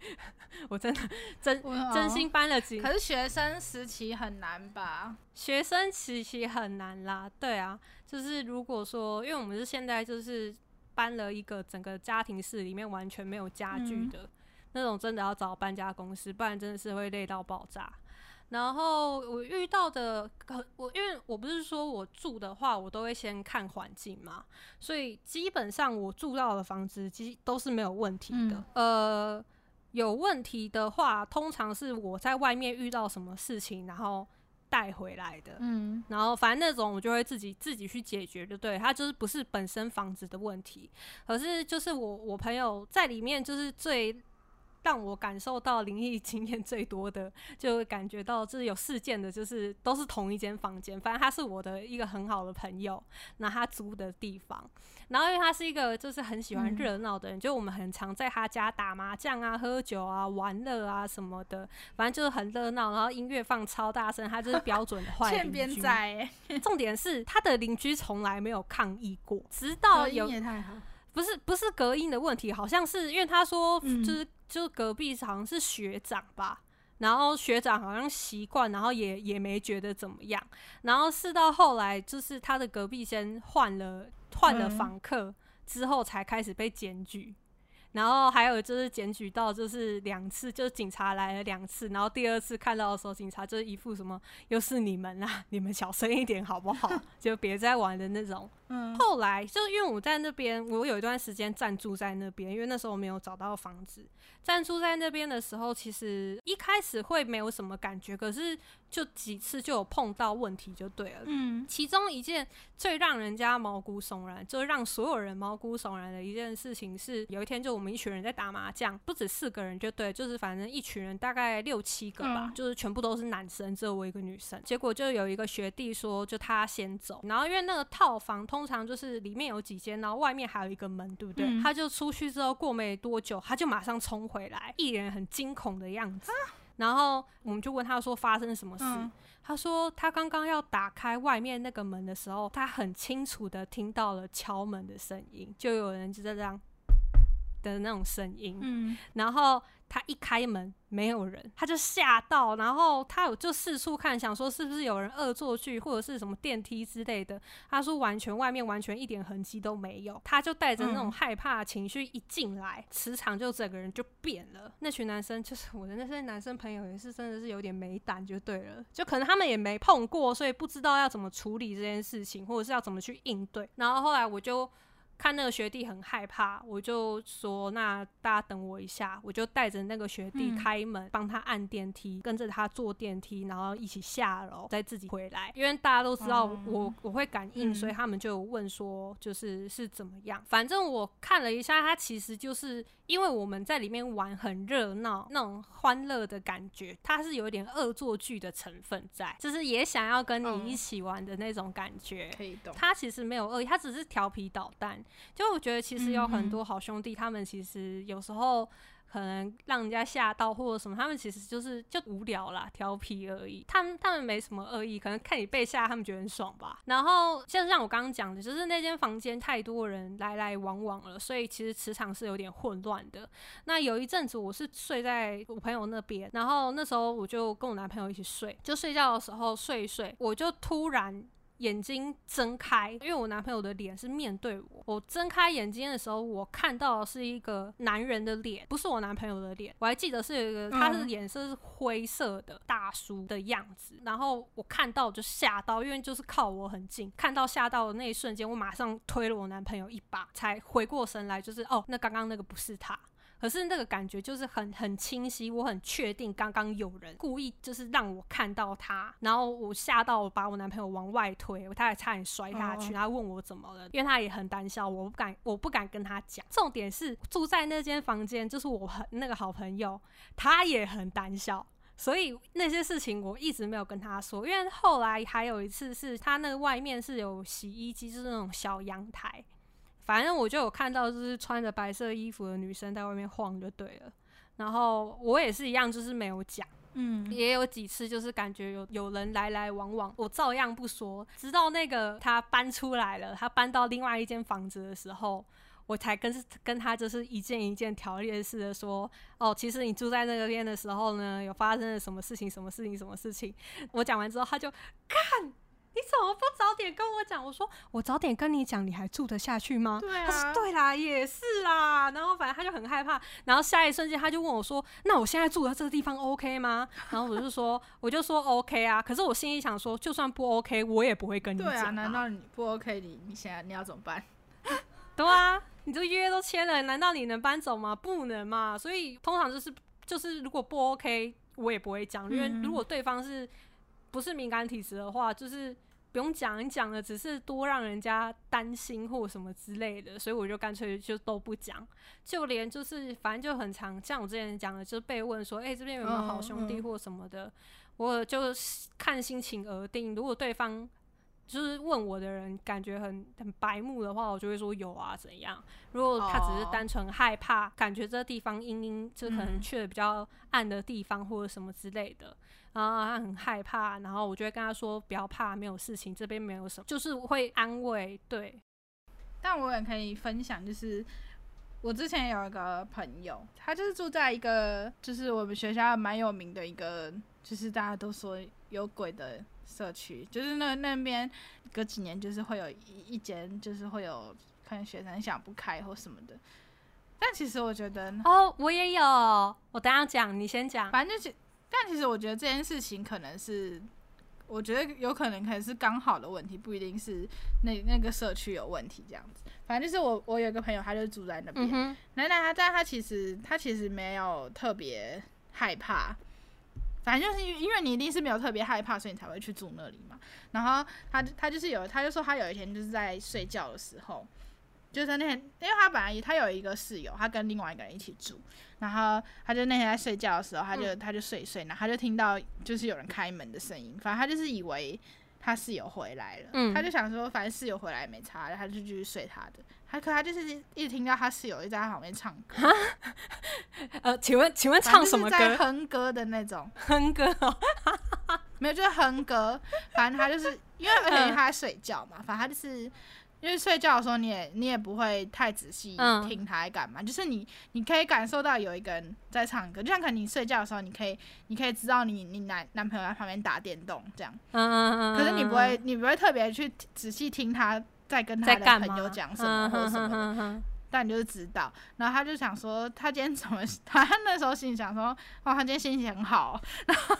Speaker 1: 我真的真
Speaker 3: 我
Speaker 1: 真心搬了几
Speaker 3: 可是学生时期很难吧？
Speaker 1: 学生时期很难啦，对啊，就是如果说，因为我们是现在就是搬了一个整个家庭式里面完全没有家具
Speaker 3: 嗯
Speaker 1: 的、那种，真的要找搬家公司，不然真的是会累到爆炸。然后我遇到的，可我因为我不是说我住的话，我都会先看环境嘛，所以基本上我住到的房子其实都是没有问题的。
Speaker 3: 嗯
Speaker 1: 呃，有问题的话，通常是我在外面遇到什么事情，然后带回来的。
Speaker 3: 嗯，
Speaker 1: 然后反正那种我就会自己自己去解决，就对，它就是不是本身房子的问题，可是就是我我朋友在里面就是最让我感受到灵异经验最多的，就感觉到就是有事件的，就是都是同一间房间。反正他是我的一个很好的朋友，那他租的地方。然后因为他是一个就是很喜欢热闹的人，就我们很常在他家打麻将啊、喝酒啊、玩乐啊什么的，反正就是很热闹。然后音乐放超大声，他就是标准的
Speaker 3: [laughs]
Speaker 1: 坏
Speaker 2: 欠
Speaker 1: 邻
Speaker 2: 边
Speaker 1: 居。
Speaker 2: 仔欸，
Speaker 1: 重点是他的邻居从来没有抗议过，直
Speaker 3: [laughs]
Speaker 1: 到哦有嗯
Speaker 2: 隔音也太好，
Speaker 1: 不是不是隔音的问题，好像是因为他说就
Speaker 2: 嗯
Speaker 1: 是、就是隔壁好像是学长吧，然后学长好像习惯，然后也也没觉得怎么样，然后是到后来就是他的隔壁先换了换了
Speaker 2: 嗯
Speaker 1: 房客、之后才开始被检举。然后还有就是检举到就是两次，就是警察来了两次，然后第二次看到的时候，警察就是一副什么又是你们啦，你们小声一点好不好？ [laughs] 就别再玩的那种。
Speaker 2: 嗯，
Speaker 1: 后来就是因为我在那边，我有一段时间暂住在那边，因为那时候没有找到房子。暂住在那边的时候，其实一开始会没有什么感觉，可是就几次就有碰到问题就对了。
Speaker 2: 嗯，
Speaker 1: 其中一件最让人家毛骨悚然，就是让所有人毛骨悚然的一件事情是，有一天就我们一群人在打麻将，不止四个人就对，就是反正一群人大概六七个吧，
Speaker 2: 嗯
Speaker 1: 就是全部都是男生，只有我一个女生。结果就有一个学弟说，就他先走，然后因为那个套房通常就是里面有几间，然后外面还有一个门，对不对？
Speaker 2: 嗯
Speaker 1: 他就出去之后过没多久，他就马上冲回来，一脸很惊恐的样子。然后我们就问他说发生什么事，
Speaker 2: 啊嗯
Speaker 1: 他说他刚刚要打开外面那个门的时候，他很清楚的听到了敲门的声音，就有人就在这样的那种声音。
Speaker 2: 嗯，
Speaker 1: 然后他一开门没有人，他就吓到，然后他有就四处看，想说是不是有人恶作剧或者是什么电梯之类的。他说完全外面完全一点痕迹都没有，他就带着那种
Speaker 2: 嗯
Speaker 1: 害怕的情绪一进来，磁场就整个人就变了。那群男生就是我的那些男生朋友也是真的是有点没胆就对了，就可能他们也没碰过，所以不知道要怎么处理这件事情，或者是要怎么去应对。然后后来我就看那个学弟很害怕，我就说那大家等我一下，我就带着那个学弟
Speaker 2: 嗯
Speaker 1: 开门，帮、他按电梯，跟着他坐电梯，然后一起下楼，再自己回来。因为大家都知道我、
Speaker 2: 哦
Speaker 1: 我我会感应，
Speaker 2: 嗯
Speaker 1: 所以他们就有问说就是是怎么样。反正我看了一下，他其实就是因为我们在里面玩很热闹，那种欢乐的感觉，它是有一点恶作剧的成分在，就是也想要跟你
Speaker 2: 嗯
Speaker 1: 一起玩的那种感觉。
Speaker 3: 可以懂。
Speaker 1: 他其实没有恶意，他只是调皮捣蛋。就我觉得其实有很多好兄弟，他们其实有时候可能让人家吓到或者什么，他们其实就是就无聊啦，调皮而已。他们他们没什么恶意，可能看你被吓，他们觉得很爽吧。然后就像我刚刚讲的，就是那间房间太多人来来往往了，所以其实磁场是有点混乱的。那有一阵子我是睡在我朋友那边，然后那时候我就跟我男朋友一起睡，就睡觉的时候睡一睡，我就突然眼睛睁开，因为我男朋友的脸是面对我。我睁开眼睛的时候，我看到的是一个男人的脸，不是我男朋友的脸。我还记得是有一个，他是
Speaker 2: 嗯
Speaker 1: 脸色是灰色的大叔的样子。然后我看到就吓到，因为就是靠我很近，看到吓到的那一瞬间，我马上推了我男朋友一把，才回过神来，就是哦，那刚刚那个不是他。可是那个感觉就是很很清晰，我很确定刚刚有人故意就是让我看到他，然后我吓到我把我男朋友往外推，他还差点摔下去，
Speaker 2: 哦
Speaker 1: 然后问我怎么了，因为他也很胆小，我不敢我不敢跟他讲。重点是住在那间房间，就是我很那个好朋友，他也很胆小。所以那些事情我一直没有跟他说，因为后来还有一次是他那个外面是有洗衣机，就是那种小阳台，反正我就有看到，就是穿着白色衣服的女生在外面晃就对了。然后我也是一样，就是没有讲，
Speaker 2: 嗯，
Speaker 1: 也有几次就是感觉有有人来来往往，我照样不说，直到那个他搬出来了，他搬到另外一间房子的时候，我才跟跟他就是一件一件条列式的说，哦，其实你住在那边的时候呢，有发生了什么事情，什么事情，什么事情。我讲完之后，他就看你怎么不早点跟我讲？我说我早点跟你讲，你还住得下去吗？
Speaker 3: 对啊
Speaker 1: 他说对啦，也是啦。然后反正他就很害怕，然后下一瞬间他就问我说：“那我现在住的这个地方 OK 吗？”然后我就说，我就说 OK 啊。可是我心里想说，就算不 OK，我也不会跟你讲、
Speaker 3: 对啊，难道你不 OK？你你现在你要怎么办？
Speaker 1: [laughs] 对啊，你这约都签了，难道你能搬走吗？不能嘛。所以通常就是就是，如果不 OK，我也不会讲，因为
Speaker 2: 嗯
Speaker 1: 如果对方是不是敏感体质的话，就是不用讲，你讲了只是多让人家担心或什么之类的，所以我就干脆就都不讲，就连就是反正就很常像我之前讲的，就是被问说，哎、这边有没有好兄弟
Speaker 3: 嗯嗯
Speaker 1: 或什么的，我就是看心情而定。如果对方就是问我的人感觉很很白目的话，我就会说有啊怎样。如果他只是
Speaker 2: 哦
Speaker 1: 单纯害怕，感觉这地方阴阴，就可能
Speaker 2: 嗯
Speaker 1: 去了比较暗的地方或者什么之类的，然后他很害怕，然后我就会跟他说不要怕，没有事情，这边没有什么，就是会安慰。对，
Speaker 3: 但我也可以分享，就是我之前有一个朋友，他就是住在一个就是我们学校蛮有名的一个，就是大家都说有鬼的社区，就是那那边隔几年就是会有一一间就是会有可能学生想不开或什么的。但其实我觉得，
Speaker 1: 哦，我也有，我等一下讲，你先讲。
Speaker 3: 反正就是，但其实我觉得这件事情可能是。我觉得有可能可能是刚好的问题，不一定是那那个社区有问题这样子。反正就是我我有一个朋友，他就住在那边
Speaker 1: 嗯，哼，
Speaker 3: 奶奶，但他其实他其实没有特别害怕，反正就是因为因为你一定是没有特别害怕，所以你才会去住那里嘛。然后他就他就是有，他就说他有一天就是在睡觉的时候，就是那天，因为他本来也他有一个室友，他跟另外一个人一起住，然后他就那天在睡觉的时候，他就、
Speaker 1: 嗯
Speaker 3: 他就睡一睡，然后他就听到就是有人开门的声音，反正他就是以为他室友回来了，
Speaker 1: 嗯
Speaker 3: 他就想说反正室友回来也没差，他就继续睡他的。他可他就是一听到他室友一直在他旁边唱歌，
Speaker 1: 呃，请问请问唱什么
Speaker 3: 反正就是
Speaker 1: 歌？
Speaker 3: 在哼歌的那种，
Speaker 1: 哼歌哦，
Speaker 3: 没有，就是哼歌。反正他
Speaker 1: [laughs]
Speaker 3: 就是因为而且他在睡觉嘛，反正他就是因为睡觉的时候，你也你也不会太仔细
Speaker 1: 嗯
Speaker 3: 听他在干嘛，就是你你可以感受到有一个人在唱歌，就像可能你睡觉的时候，你可以你可以知道你你男男朋友在旁边打电动这样，
Speaker 1: 嗯嗯嗯。嗯
Speaker 3: 可是你不会你不会特别去仔细听他在跟他
Speaker 1: 在干
Speaker 3: 的
Speaker 1: 嘛？
Speaker 3: 朋友讲什么或者什么的。
Speaker 1: 嗯哼哼哼
Speaker 3: 但你就是知道。然后他就想说，他今天怎么？ [laughs] 他那时候心里想说，哦，他今天心情很好哦，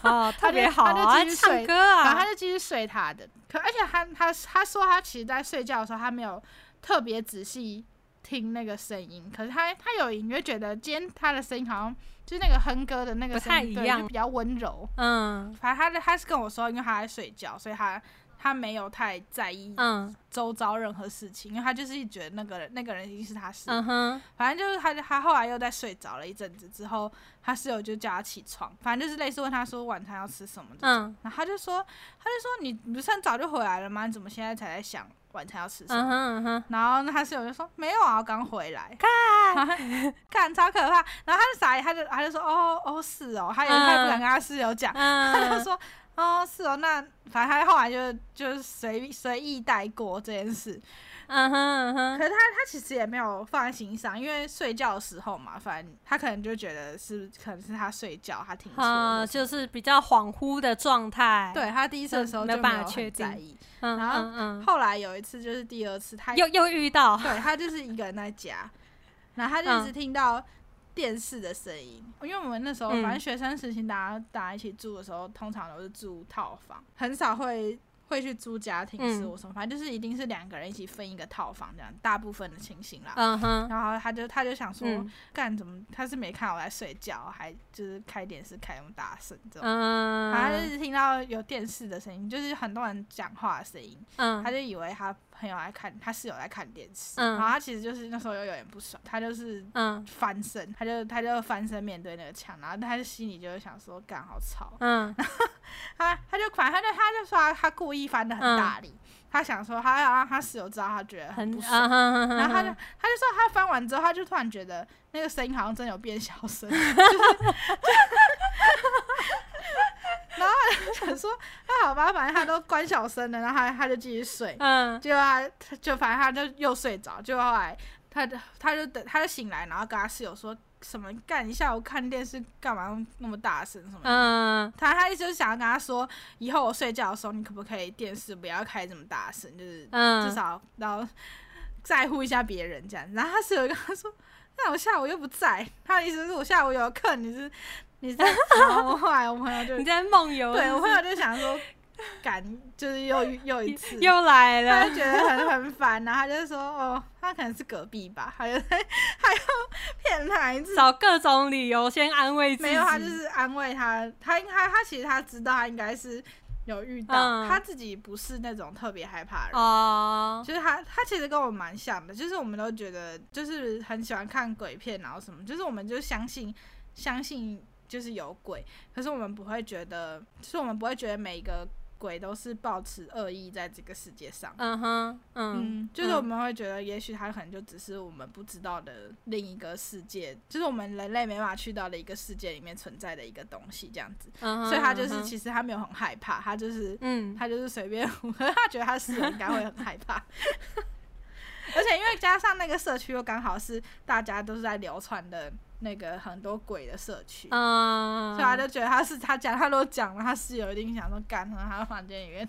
Speaker 1: 哼 [laughs] 哦，特别好啊，
Speaker 3: 他就继续
Speaker 1: 唱
Speaker 3: 睡
Speaker 1: 歌
Speaker 3: 然后他
Speaker 1: 啊，
Speaker 3: 就继续睡他的。可而且他他他说他其实在睡觉的时候，他没有特别仔细听那个声音，可是他他有隐约觉得今天他的声音好像就是那个哼歌的那个
Speaker 1: 不太
Speaker 3: 声音
Speaker 1: 一
Speaker 3: 对
Speaker 1: 样
Speaker 3: 就比较温柔。
Speaker 1: 嗯
Speaker 3: 反正他的他是跟我说，因为他在睡觉，所以他他没有太在意
Speaker 1: 嗯
Speaker 3: 周遭任何事情，因为他就是一直觉得那个人那个人一定是他室友
Speaker 1: 嗯哼，
Speaker 3: 反正就是他，他后来又在睡着了一阵子之后，他室友就叫他起床，反正就是类似问他说晚餐要吃什么这种，
Speaker 1: 嗯
Speaker 3: 然后他就说，他就说你你不是很早就回来了吗？你怎么现在才在想晚餐要吃什
Speaker 1: 嗯哼
Speaker 3: 么？
Speaker 1: 嗯哼，
Speaker 3: 然后那他室友就说没有啊，我刚回来，看， [laughs] 看超可怕。然后他就傻眼，他就他就说哦哦是哦，他也他也不敢跟他室友讲， [laughs] 他就
Speaker 1: 嗯，
Speaker 3: 说哦是哦，那反正他后来就就是随随意带过这件事。
Speaker 1: 嗯哼嗯哼，
Speaker 3: 可是他他其实也没有放在心上，因为睡觉的时候嘛，反正他可能就觉得是可能是他睡觉，他听错了
Speaker 1: 啊，就是比较恍惚的状态。，
Speaker 3: 对他第一次的时候就
Speaker 1: 没有办法
Speaker 3: 很
Speaker 1: 确定
Speaker 3: 在意。
Speaker 1: 嗯
Speaker 3: 然后
Speaker 1: 嗯
Speaker 3: 后来有一次就是第二次，他
Speaker 1: 嗯，又又遇到，
Speaker 3: [laughs] 对他就是一个人在家，然后他就一直听到电视的声音，因为我们那时候
Speaker 1: 嗯
Speaker 3: 反正学生时期大家大家一起住的时候，通常都是住套房，很少会。会去租家庭
Speaker 1: 嗯
Speaker 3: 式或什么，反正就是一定是两个人一起分一个套房这样，大部分的情形啦。
Speaker 1: 嗯哼，
Speaker 3: 然后他就他就想说，
Speaker 1: 嗯
Speaker 3: 干怎么？他是没看我在睡觉，还就是开电视开那么大声这种。反正就
Speaker 1: 嗯
Speaker 3: 是听到有电视的声音，就是很多人讲话的声音，他
Speaker 1: 嗯
Speaker 3: 就以为他朋友在看，他室友在看电视，
Speaker 1: 嗯
Speaker 3: 然后他其实就是那时候又有点不爽，他就是
Speaker 1: 嗯
Speaker 3: 翻身，他就他就翻身面对那个墙，然后他就心里就是想说，干好吵，哦
Speaker 1: 嗯
Speaker 3: 他他就反正他就他就说他他故意翻的很大力，他想说他要让他室友知道他觉得 [laughs] 很
Speaker 1: 嗯很
Speaker 3: 不爽，
Speaker 1: 嗯哼
Speaker 3: 然后他就他就说他翻完之后，他就突然觉得那个声音好像真有变小
Speaker 1: [laughs]
Speaker 3: 声，就是 [laughs] 就然后他就想说那好吧，反正他都关小声了，然后他他就继续睡，
Speaker 1: 嗯
Speaker 3: 结果他他就反正他就又睡着，结果后来他就他就等他就醒来，然后跟他室友说什么干一下午看电视干嘛那么大声什么的。
Speaker 1: 嗯
Speaker 3: 他他意思就是想要跟他说，以后我睡觉的时候，你可不可以电视不要开这么大声，就是
Speaker 1: 嗯，
Speaker 3: 至少然后在乎一下别人这样。然后他室友跟他说：“那我下午又不在。”他的意思是我下午有课，你是你是。然后后来我朋友
Speaker 1: [laughs]
Speaker 3: 就
Speaker 1: 你在梦游，
Speaker 3: 对我朋友就想说，赶就是又又一次。
Speaker 1: [laughs] 又来
Speaker 3: 他
Speaker 1: 了，
Speaker 3: 就觉得很很烦，然后他就说：“哦，他可能是隔壁吧。”他就他又骗他一次，
Speaker 1: 找各种理由先安慰自己。
Speaker 3: 没有，他就是安慰他。他应他他其实他知道他应该是有遇到，
Speaker 1: 嗯
Speaker 3: 他自己不是那种特别害怕的人，
Speaker 1: 哦，
Speaker 3: 就是他，他其实跟我蛮像的，就是我们都觉得，就是很喜欢看鬼片，然后什么，就是我们就相信，相信就是有鬼，可是我们不会觉得，就是我们不会觉得每一个鬼都是抱持恶意在这个世界上。
Speaker 1: 嗯哼，嗯，
Speaker 3: 嗯，就是我们会觉得，也许他可能就只是我们不知道的另一个世界，就是我们人类没办法去到的一个世界里面存在的一个东西，这样子。
Speaker 1: 嗯哼
Speaker 3: 所以他就
Speaker 1: 嗯
Speaker 3: 是，
Speaker 1: 哼
Speaker 3: 其实他没有很害怕，他就是
Speaker 1: 嗯，
Speaker 3: 他就是随便，可是他觉得他室友应该会很害怕。 [laughs] 而且因为加上那个社区又刚好是大家都是在流传的那个很多鬼的社区，
Speaker 1: 嗯，
Speaker 3: 所以他就觉得他是他讲他都讲了，他室友一定想说干了他的房间里面。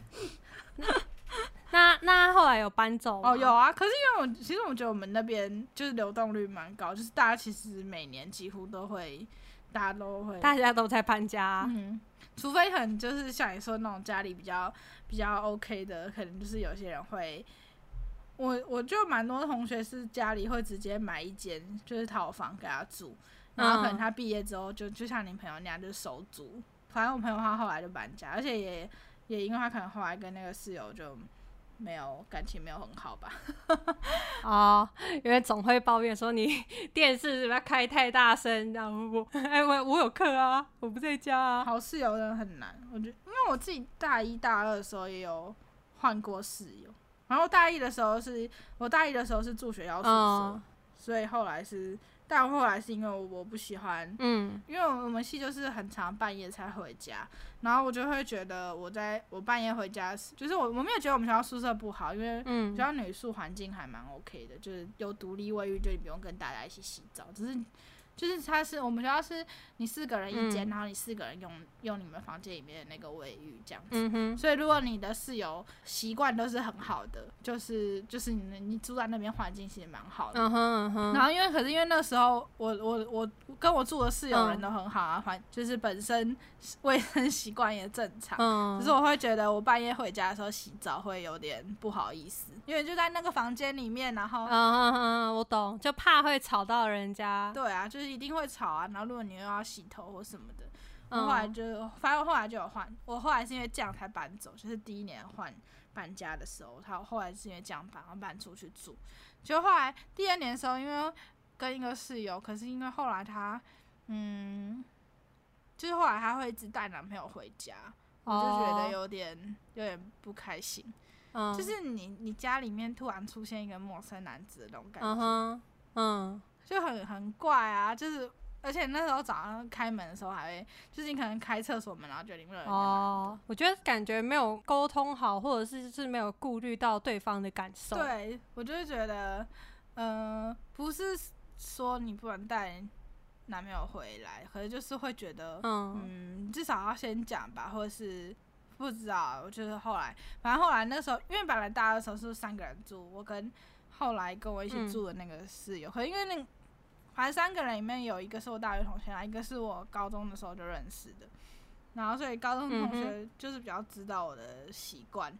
Speaker 1: 那那后来有搬走吗
Speaker 3: 哦，有，啊，可是因为我其实我觉得我们那边就是流动率蛮高，就是大家其实每年几乎都会，大家都会
Speaker 1: 大家都在搬家，
Speaker 3: 嗯，除非可能就是像你说那种家里比较比较 OK 的，可能就是有些人会，我我就蛮多同学是家里会直接买一间就是套房给他住，然后可
Speaker 1: 嗯
Speaker 3: 能他毕业之后就就像你朋友那样就收租，反正我朋友他后来就搬家，而且也也因为他可能后来跟那个室友就没有感情没有很好吧，
Speaker 1: 哦，因为总会抱怨说你电视是不是开太大声，然后我哎我我有课啊，我不在家啊，
Speaker 3: 好室友真的很难，我觉得，因为我自己大一大二的时候也有换过室友，然后大一的时候是我大一的时候是住学校宿舍，
Speaker 1: 嗯
Speaker 3: 所以后来是，但后来是因为我我不喜欢，
Speaker 1: 嗯
Speaker 3: 因为我们系就是很常半夜才回家，然后我就会觉得我在我半夜回家时，就是我我没有觉得我们学校宿舍不好，因为
Speaker 1: 嗯
Speaker 3: 学校女宿环境还蛮 OK 的，就是有独立卫浴，就你不用跟大家一起洗澡，只是就是它是我们学校是你四个人一间，
Speaker 1: 嗯
Speaker 3: 然后你四个人用用你们房间里面的那个卫浴这样子。
Speaker 1: 嗯哼，
Speaker 3: 所以，如果你的室友习惯都是很好的，就是就是你的你住在那边环境其实蛮好的。
Speaker 1: 嗯哼嗯哼，
Speaker 3: 然后，因为可是因为那时候我我我跟我住的室友
Speaker 1: 嗯
Speaker 3: 人都很好啊，环、就是本身卫生习惯也正常，
Speaker 1: 嗯，
Speaker 3: 可是我会觉得我半夜回家的时候洗澡会有点不好意思，因为就在那个房间里面，然后、
Speaker 1: 嗯嗯嗯，我懂，就怕会吵到人家。
Speaker 3: 对啊，就是一定会吵啊，然后如果你又要洗头或什么的，我
Speaker 1: 嗯
Speaker 3: 后来就反正我后来就有换，我后来是因为这样才搬走，就是第一年换搬家的时候，他后来是因为这样搬，然后搬出去住，就后来第二年的时候，因为跟一个室友，可是因为后来他嗯，就是后来他会一直带男朋友回家，我就觉得
Speaker 1: 哦
Speaker 3: 有点有点不开心。
Speaker 1: 嗯，
Speaker 3: 就是你你家里面突然出现一个陌生男子的那种感觉，
Speaker 1: 嗯哼，嗯
Speaker 3: 就很很怪啊，就是。而且那时候早上开门的时候还会，就是你可能开厕所门，然后就里面有人。
Speaker 1: 哦，我觉得感觉没有沟通好，或者是就是没有顾虑到对方的感受。，
Speaker 3: 对，我就会觉得，嗯、不是说你不能带男朋友回来，可是就是会觉得，
Speaker 1: 嗯
Speaker 3: 嗯，至少要先讲吧，或者是不知道，我就是后来，反正后来那时候，因为本来大二的时候是三个人住，我跟后来跟我一起
Speaker 1: 嗯
Speaker 3: 住的那个室友，可是因为那个反正三个人里面有一个是我大学同学啊，一个是我高中的时候就认识的，然后所以高中
Speaker 1: 嗯
Speaker 3: 同学就是比较知道我的习惯。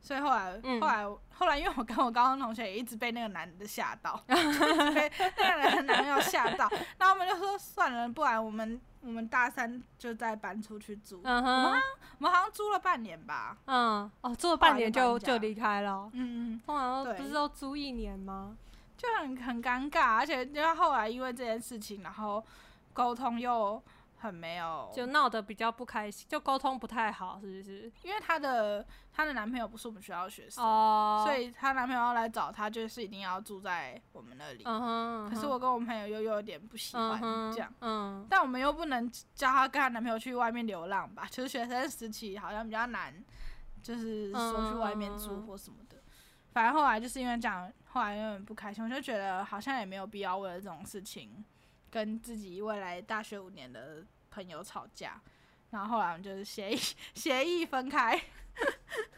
Speaker 3: 所以后来，
Speaker 1: 嗯
Speaker 3: 后来，后来，因为我跟我高中同学也一直被那个男的吓
Speaker 1: [laughs]
Speaker 3: 到，一直被那个男的男朋友吓到，那我们就说算了，不然我们我们大三就再搬出去住。
Speaker 1: 嗯哼，
Speaker 3: 我们好像租了半年吧。
Speaker 1: 嗯，哦，住了半年
Speaker 3: 后
Speaker 1: 就
Speaker 3: 来就搬家
Speaker 1: 就离开了。
Speaker 3: 嗯嗯，
Speaker 1: 通常都
Speaker 3: 对
Speaker 1: 不是都租一年吗？
Speaker 3: 就很很尴尬，而且因为后来因为这件事情，然后沟通又很没有，
Speaker 1: 就闹得比较不开心，就沟通不太好，是不是？
Speaker 3: 因为她的她的男朋友不是我们学校的学生，
Speaker 1: 哦，
Speaker 3: 所，以她男朋友要来找她，就是一定要住在我们那里。
Speaker 1: 嗯哼，
Speaker 3: 可是我跟我朋友又有点不喜欢
Speaker 1: 嗯哼
Speaker 3: 这样。，
Speaker 1: 嗯
Speaker 3: 但我们又不能叫她跟她男朋友去外面流浪吧，就是学生时期好像比较难，就是说去外面住或什么的。反正后来就是因为这样，后来有点不开心，我就觉得好像也没有必要为了这种事情跟自己未来大学五年的朋友吵架。然后后来我们就是协议 [laughs] 协议分开，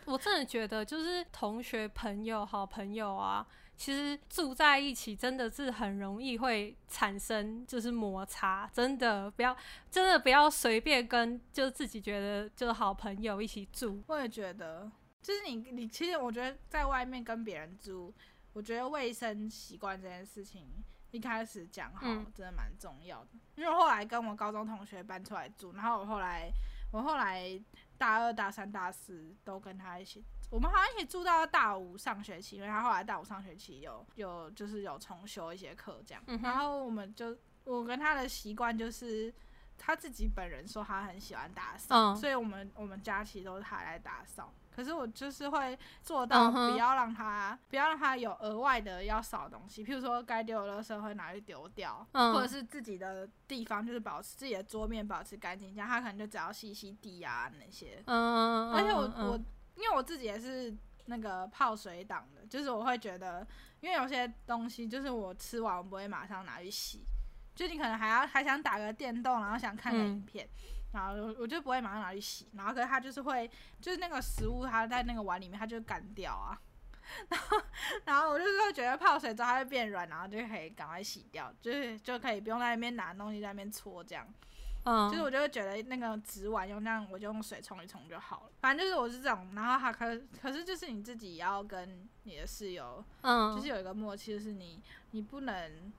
Speaker 1: 我真的觉得，就是同学、朋友、好朋友啊，其实住在一起真的是很容易会产生就是摩擦，真的不要，真的不要随便跟就是自己觉得就是好朋友一起住。
Speaker 3: 我也觉得，就是你你其实我觉得在外面跟别人住，我觉得卫生习惯这件事情一开始讲好、
Speaker 1: 嗯
Speaker 3: 真的蛮重要的。因为我后来跟我高中同学搬出来住，然后我后来我后来大二、大三、大四都跟他一起，我们好像一起住到大五上学期，因为他后来大五上学期有有就是有重修一些课这样，
Speaker 1: 嗯哼
Speaker 3: 然后我们就我跟他的习惯就是。他自己本人说他很喜欢打扫，
Speaker 1: 嗯
Speaker 3: 所以我们我们假期都是他来打扫。可是我就是会做到
Speaker 1: 嗯哼
Speaker 3: 不要让他、不要让他有额外的要扫的东西，譬如说该丢的垃圾会拿去丢掉，
Speaker 1: 嗯
Speaker 3: 或者是自己的地方就是保持自己的桌面保持干净，这样他可能就只要吸吸地啊那些。
Speaker 1: 嗯，
Speaker 3: 而且我、
Speaker 1: 嗯
Speaker 3: 我因为我自己也是那个泡水党的，就是我会觉得，因为有些东西就是我吃完我不会马上拿去洗，就你可能还要还想打个电动，然后想看个
Speaker 1: 嗯
Speaker 3: 影片。然后我我就不会马上拿去洗，然后可是他就是会，就是那个食物它在那个碗里面，它就干掉啊。然后，然后我就是会觉得泡水之后它会变软，然后就可以赶快洗掉，就是就可以不用在那边拿东西在那边搓这样。
Speaker 1: 嗯，
Speaker 3: 就是我就会觉得那个纸碗用那样，我就用水冲一冲就好了。反正就是我是这种，然后还可可是就是你自己也要跟你的室友，
Speaker 1: 嗯，
Speaker 3: 就是有一个默契，就是你你不能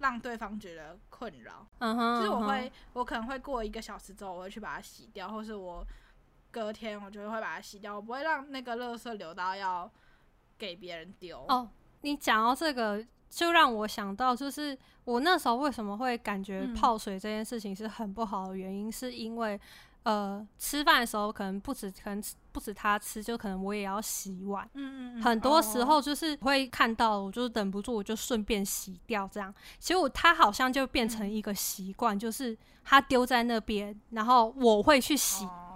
Speaker 3: 让对方觉得困扰。
Speaker 1: 嗯哼，
Speaker 3: 就是我
Speaker 1: 嗯哼
Speaker 3: 会，我可能会过一个小时之后，我会去把它洗掉，或是我隔天我就会把它洗掉，我不会让那个垃圾留到要给别人丢。
Speaker 1: 哦你讲到这个，就让我想到，就是我那时候为什么会感觉
Speaker 3: 嗯
Speaker 1: 泡水这件事情是很不好的原因，是因为呃，吃饭的时候可能不止，可能不止他吃，就可能我也要洗碗。
Speaker 3: 嗯嗯嗯，
Speaker 1: 很多时
Speaker 3: 哦
Speaker 1: 候就是会看到，我就忍不住，我就顺便洗掉这样。结果他好像就变
Speaker 3: 嗯
Speaker 1: 成一个习惯，就是他丢在那边，然后我会去洗，
Speaker 3: 哦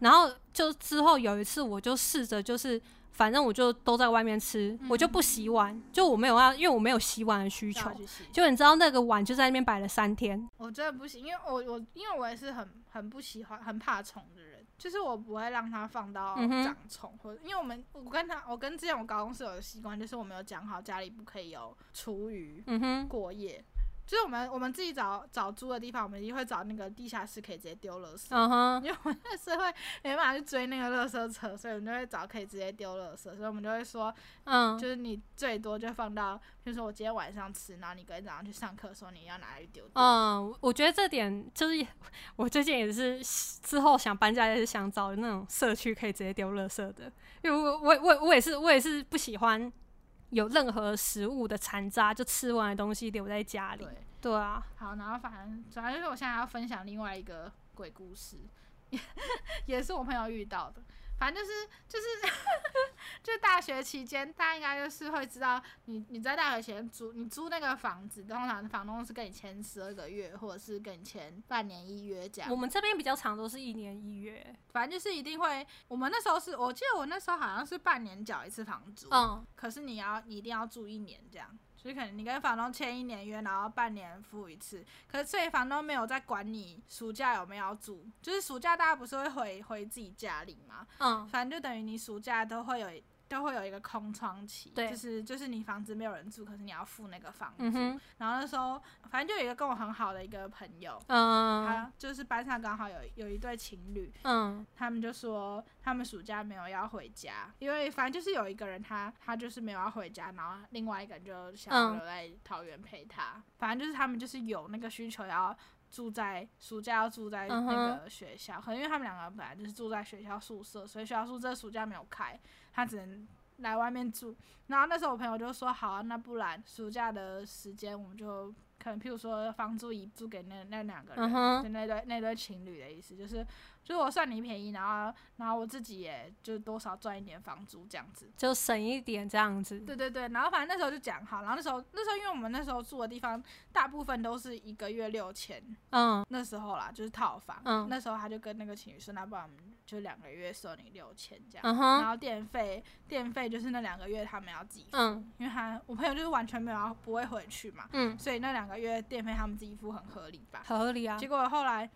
Speaker 1: 然后就之后有一次，我就试着就是，反正我就都在外面吃，我就不洗碗，
Speaker 3: 嗯
Speaker 1: 就我没有要，因为我没有洗碗的需
Speaker 3: 就
Speaker 1: 求
Speaker 3: 要。去洗
Speaker 1: 就你知道那个碗就在那边摆了三天，
Speaker 3: 我真的不行，因为我我因为我也是很很不喜欢很怕虫的人，就是我不会让它放到
Speaker 1: 嗯哼
Speaker 3: 长虫，或者因为我们我跟他我跟之前我高中室友的习惯就是我们有讲好家里不可以有厨余
Speaker 1: 嗯哼，
Speaker 3: 过夜，就是我们我们自己找找租的地方，我们一定会找那个地下室可以直接丢垃圾。
Speaker 1: 嗯哼，
Speaker 3: 因为我们那时候会没办法去追那个垃圾车，所以我们就会找可以直接丢垃圾，所以我们就会说
Speaker 1: 嗯
Speaker 3: 就是你最多就放到，比如说我今天晚上吃，然后你隔天早上去上课的时候你要拿去丢掉。
Speaker 1: 嗯，我觉得这点就是我最近也是之后想搬家，也是想找那种社区可以直接丢垃圾的，因为我我我我也是我也是不喜欢有任何食物的残渣，就吃完的东西留在家里
Speaker 3: 对。，
Speaker 1: 对啊，
Speaker 3: 好，然后反正主要就是我现在要分享另外一个鬼故事，也是我朋友遇到的。反正就是就是 [laughs] 就大学期间，大家应该就是会知道你，你在大学期间租你租那个房子，通常房东是跟你签十二个月，或者是跟你签半年一约这样
Speaker 1: 我。们这边比较长，都是一年一月。
Speaker 3: 反正就是一定会，我们那时候是我记得我那时候好像是半年缴一次房租，
Speaker 1: 嗯，
Speaker 3: 可是你要你一定要住一年这样，就是可能你跟房东签一年约，然后半年付一次。可是所以房东没有在管你暑假有没有要住，就是暑假大家不是会回回自己家里吗？
Speaker 1: 嗯
Speaker 3: 反正就等于你暑假都会有都会有一个空窗期，
Speaker 1: 对
Speaker 3: 就是就是你房子没有人住，可是你要付那个房租。
Speaker 1: 嗯哼，
Speaker 3: 然后那时候反正就有一个跟我很好的一个朋友，
Speaker 1: 嗯
Speaker 3: 他就是班上刚好有有一对情侣，
Speaker 1: 嗯
Speaker 3: 他们就说他们暑假没有要回家，因为反正就是有一个人他他就是没有要回家，然后另外一个人就想要
Speaker 1: 嗯
Speaker 3: 留在桃园陪他。反正就是他们就是有那个需求要住在暑假要住在
Speaker 1: 嗯
Speaker 3: 那
Speaker 1: 哼
Speaker 3: 个学校，可能因为他们两个本来就是住在学校宿舍，所以学校宿舍暑假没有开，他只能。来外面住，然后那时候我朋友就说：“好、啊，那不然暑假的时间我们就可能，譬如说房租一租给那那两个人，
Speaker 1: 嗯哼
Speaker 3: 就那对那对情侣的意思，就是就是我算你便宜，然后然后我自己也就多少赚一点房租这样子。
Speaker 1: 就省一点这样子。
Speaker 3: 对对对，然后反正那时候就讲好，然后那时候那时候因为我们那时候住的地方大部分都是一个月六千，
Speaker 1: 嗯
Speaker 3: 那时候啦就是套房，
Speaker 1: 嗯
Speaker 3: 那时候他就跟那个情侣说，那不然我们就两个月收你六千这样，
Speaker 1: 嗯
Speaker 3: 然
Speaker 1: 哼，
Speaker 3: 后电费电费就是那两个月他们要自己付，
Speaker 1: 嗯
Speaker 3: 因为他我朋友就是完全没有要不会回去嘛，
Speaker 1: 嗯，
Speaker 3: 所以那两个月电费他们自己付很合理吧，
Speaker 1: 合理啊
Speaker 3: 结。果后来，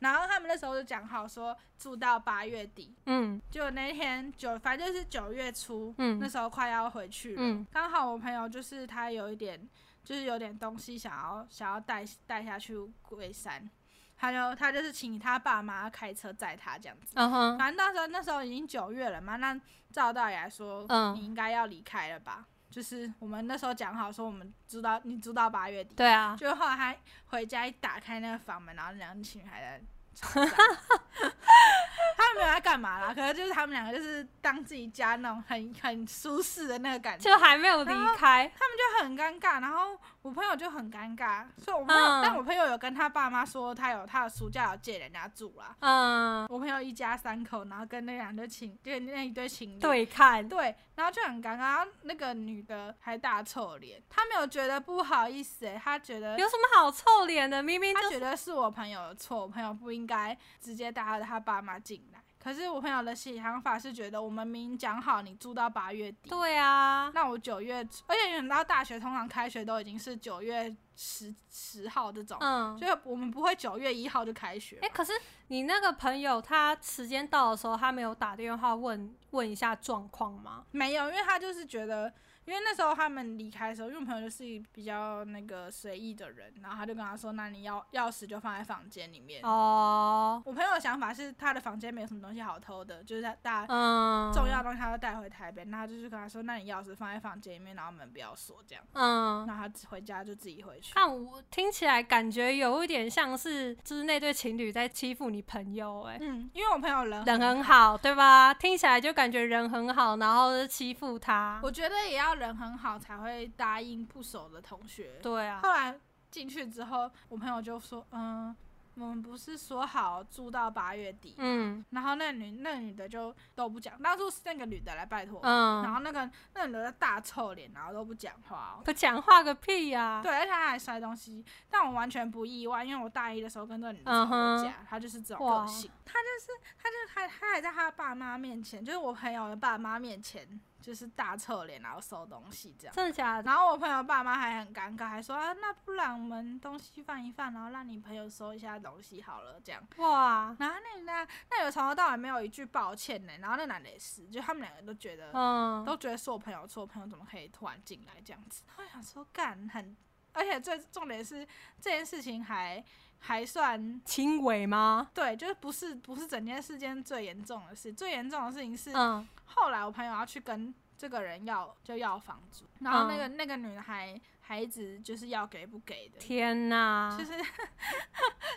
Speaker 3: 然后他们那时候就讲好说住到八月底，
Speaker 1: 嗯
Speaker 3: 结果那天九，反正就是九月初，
Speaker 1: 嗯
Speaker 3: 那时候快要回去了。
Speaker 1: 嗯
Speaker 3: 刚好我朋友就是他有一点，就是有点东西想要想要带带下去龟山，他就他就是请他爸妈开车载他这样子。
Speaker 1: 嗯哼，
Speaker 3: 反正那时候那时候已经九月了嘛，那照道理来说，
Speaker 1: 嗯
Speaker 3: 你应该要离开了吧？就是我们那时候讲好说，我们租到你租到八月底，
Speaker 1: 对啊，
Speaker 3: 就后来他 [laughs] 回家一打开那个房门，然后两个情侣还在吵架，他们没有干嘛啦，可是就是他们两个就是当自己家那种很很舒适的那个感觉，
Speaker 1: 就还没有离开，
Speaker 3: 就很尴尬。然后我朋友就很尴尬，所以我朋友，
Speaker 1: 嗯
Speaker 3: 但我朋友有跟他爸妈说，他有他的暑假有借人家住啦。
Speaker 1: 嗯，
Speaker 3: 我朋友一家三口，然后跟那两对情，跟那一对情侣，
Speaker 1: 对看，
Speaker 3: 对，然后就很尴尬。然后那个女的还大臭脸，她没有觉得不好意思、欸，她觉得
Speaker 1: 有什么好臭脸的？明明
Speaker 3: 他
Speaker 1: 就
Speaker 3: 觉
Speaker 1: 是
Speaker 3: 得是我朋友的错，我朋友不应该直接带他的他爸妈进来。可是我朋友的想法是觉得，我们明明讲好你住到八月底，
Speaker 1: 对啊，
Speaker 3: 那我九月，而且你知道大学通常开学都已经是九月十十号这种，
Speaker 1: 嗯，
Speaker 3: 所以我们不会九月一号就开学。
Speaker 1: 哎、可是你那个朋友他时间到的时候，他没有打电话问问一下状况吗？
Speaker 3: 没有，因为他就是觉得，因为那时候他们离开的时候，因为我朋友就是比较那个随意的人，然后他就跟他说，那你要钥匙就放在房间里面。
Speaker 1: 哦，
Speaker 3: 我朋友的想法是，他的房间没有什么东西好偷的，就是他大
Speaker 1: 嗯，
Speaker 3: 重要的东西他都带回台北，那他就是跟他说，那你钥匙放在房间里面，然后门不要锁，这样，
Speaker 1: 嗯，
Speaker 3: 然后他回家就自己回去。
Speaker 1: 但我听起来感觉有一点像是，就是那对情侣在欺负你朋友、欸，
Speaker 3: 嗯，因为我朋友人
Speaker 1: 人很好，对吧？听起来就感觉人很好，然后就欺负他
Speaker 3: 我。觉得也要人很好才会答应不熟的同学。
Speaker 1: 对啊，
Speaker 3: 后来进去之后，我朋友就说，嗯，我们不是说好住到八月底，
Speaker 1: 嗯
Speaker 3: 然后那女那女的就都不讲，当初是那个女的来拜托我，然
Speaker 1: 嗯，
Speaker 3: 后那个那女的大臭脸，然后都不讲话、哦。
Speaker 1: 不讲话个屁呀、
Speaker 3: 对，而且他还摔东西，但我完全不意外，因为我大一的时候跟这个女的吵
Speaker 1: 嗯
Speaker 3: 过
Speaker 1: 哼
Speaker 3: 架，她就是这种
Speaker 1: 哇
Speaker 3: 个性，她就是，她就还她还在她爸妈面前，就是我朋友的爸妈面前，就是大臭脸，然后收东西这样。
Speaker 1: 真的假的？
Speaker 3: 然后我朋友爸妈还很尴尬，还说啊，那不然我们东西放一放，然后让你朋友收一下东西好了，这样。
Speaker 1: 哇，
Speaker 3: 然后那那那有从头到尾没有一句抱歉呢、然后那男的也是，就他们两个都觉得
Speaker 1: 嗯，
Speaker 3: 都觉得是我朋友错，我朋友怎么可以突然进来这样子？我想说干很，而且最重点是这件事情还还算
Speaker 1: 轻微吗？
Speaker 3: 对，就是不是不是整件事件最严重的事，最严重的事情是、
Speaker 1: 嗯，
Speaker 3: 后来我朋友要去跟这个人要就要房租，然后那个、那个女的还还一直就是要给不给的，
Speaker 1: 嗯天啊哪
Speaker 3: 就，是 [laughs]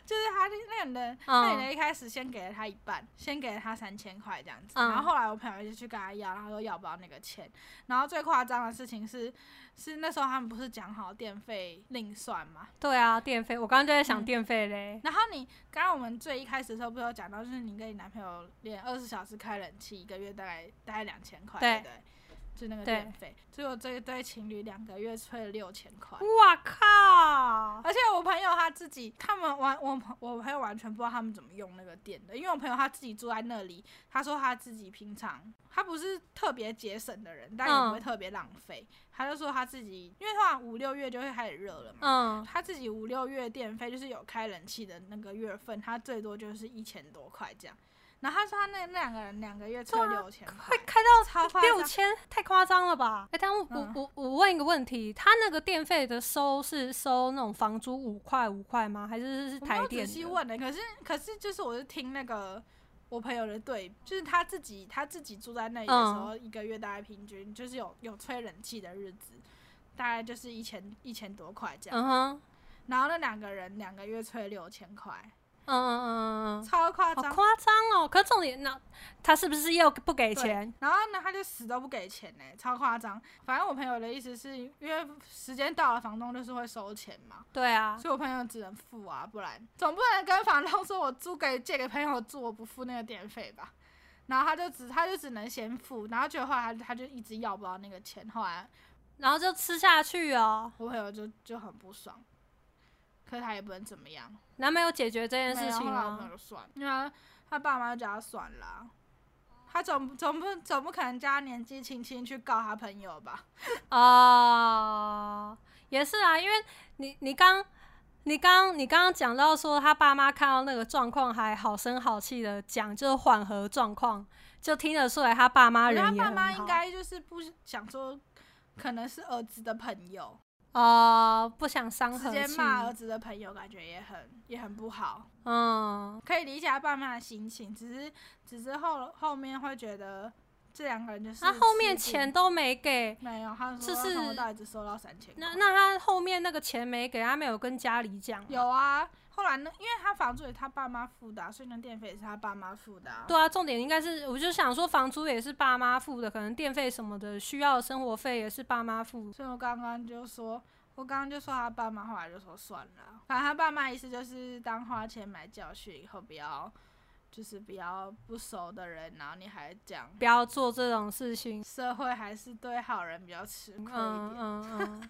Speaker 3: 就是他就那个女的，那女
Speaker 1: 嗯
Speaker 3: 的一开始先给了他一半，先给了他三千块这样子，
Speaker 1: 嗯
Speaker 3: 然后后来我朋友就去跟他要，然后说要不要那个钱，然后最夸张的事情是，是那时候他们不是讲好电费另算嘛，
Speaker 1: 对啊，电费，我刚刚就在想
Speaker 3: 嗯
Speaker 1: 电费嘞。
Speaker 3: 然后你刚刚我们最一开始的时候不是有讲到，就是你跟你男朋友连二十小时开冷气，一个月大概大概两千块，对
Speaker 1: 对
Speaker 3: 不对？就那个
Speaker 1: 对
Speaker 3: 电费，结果这一对情侣两个月吹了六千块。
Speaker 1: 哇靠！
Speaker 3: 而且我朋友他自己，他们完我朋我朋友完全不知道他们怎么用那个电的，因为我朋友他自己住在那里，他说他自己平常他不是特别节省的人，但也不会
Speaker 1: 嗯
Speaker 3: 特别浪费，他就说他自己，因为通常五六月就会开始热了嘛，
Speaker 1: 嗯，
Speaker 3: 他自己五六月电费就是有开冷气的那个月份，他最多就是一千多块这样。然后他说他那那两个人两个月吹六千块
Speaker 1: 会，开到
Speaker 3: 超夸
Speaker 1: 六
Speaker 3: 张。
Speaker 1: 千太夸张了吧？哎、但我、
Speaker 3: 嗯
Speaker 1: 我我我问一个问题，他那个电费的收是收那种房租五块五块吗？还是是
Speaker 3: 我没
Speaker 1: 台
Speaker 3: 有仔
Speaker 1: 电的？
Speaker 3: 细问的，可是可是就是我是听那个我朋友的对，就是他自己他自己住在那里的时
Speaker 1: 嗯
Speaker 3: 候，一个月大概平均就是有有吹冷气的日子，大概就是一千一千多块这样。
Speaker 1: 嗯哼，
Speaker 3: 然后那两个人两个月吹六千块，
Speaker 1: 嗯嗯嗯嗯
Speaker 3: 超夸
Speaker 1: 嗯，好
Speaker 3: 张。
Speaker 1: 夸张哦！可重点那他是不是又不给
Speaker 3: 对
Speaker 1: 钱？
Speaker 3: 然后呢，他就死都不给钱呢、超夸张。反正我朋友的意思是因为时间到了，房东就是会收钱嘛，
Speaker 1: 对啊，
Speaker 3: 所以我朋友只能付啊，不然总不能跟房东说我租给借给朋友住，我不付那个电费吧。然后他就只他就只能先付，然后结果后来他他就一直要不到那个钱，后来
Speaker 1: 然后就吃下去哦。
Speaker 3: 我朋友就就很不爽，可是他也不能怎么样，
Speaker 1: 男朋友解决这件
Speaker 3: 没
Speaker 1: 事
Speaker 3: 有
Speaker 1: 情
Speaker 3: 后来我朋友
Speaker 1: 啊，
Speaker 3: 就算了，因为他爸妈就叫他算了啊、他总总不总不可能叫他年纪轻轻去告他朋友吧？
Speaker 1: 哦，也是啊，因为你你刚。你刚你刚刚讲到说他爸妈看到那个状况还好声好气的讲，就是缓和状况，就听得出来他爸妈
Speaker 3: 我觉
Speaker 1: 人
Speaker 3: 得他
Speaker 1: 也
Speaker 3: 爸
Speaker 1: 很
Speaker 3: 妈应
Speaker 1: 好。
Speaker 3: 该就是不想说，可能是儿子的朋友，
Speaker 1: 哦，不想伤
Speaker 3: 直
Speaker 1: 和
Speaker 3: 接
Speaker 1: 气。
Speaker 3: 骂儿子的朋友，感觉也很也很不好。
Speaker 1: 嗯，
Speaker 3: 可以理解他爸妈的心情，只是只是后后面会觉得这两个人就是
Speaker 1: 他后面
Speaker 3: 吃定
Speaker 1: 钱都没给，
Speaker 3: 没有，他
Speaker 1: 就
Speaker 3: 说他从头
Speaker 1: 是
Speaker 3: 到尾只收到三千块。
Speaker 1: 那那他后面那个钱没给，他没有跟家里讲吗。
Speaker 3: 有啊，后来呢，因为他房租也是他爸妈付的啊、所以呢电费也是他爸妈付的、啊。
Speaker 1: 对啊，重点应该是，我就想说，房租也是爸妈付的，可能电费什么的，需要的生活费也是爸妈付。
Speaker 3: 所以我刚刚就说，我刚刚就说他爸妈，后来就说算了。啊反正他爸妈意思就是，当花钱买教训，以后不要，就是不要不熟的人，然后你还讲
Speaker 1: 不要做这种事情。
Speaker 3: 社会还是对好人比较吃亏一点。
Speaker 1: 嗯嗯
Speaker 3: [laughs]
Speaker 1: 嗯，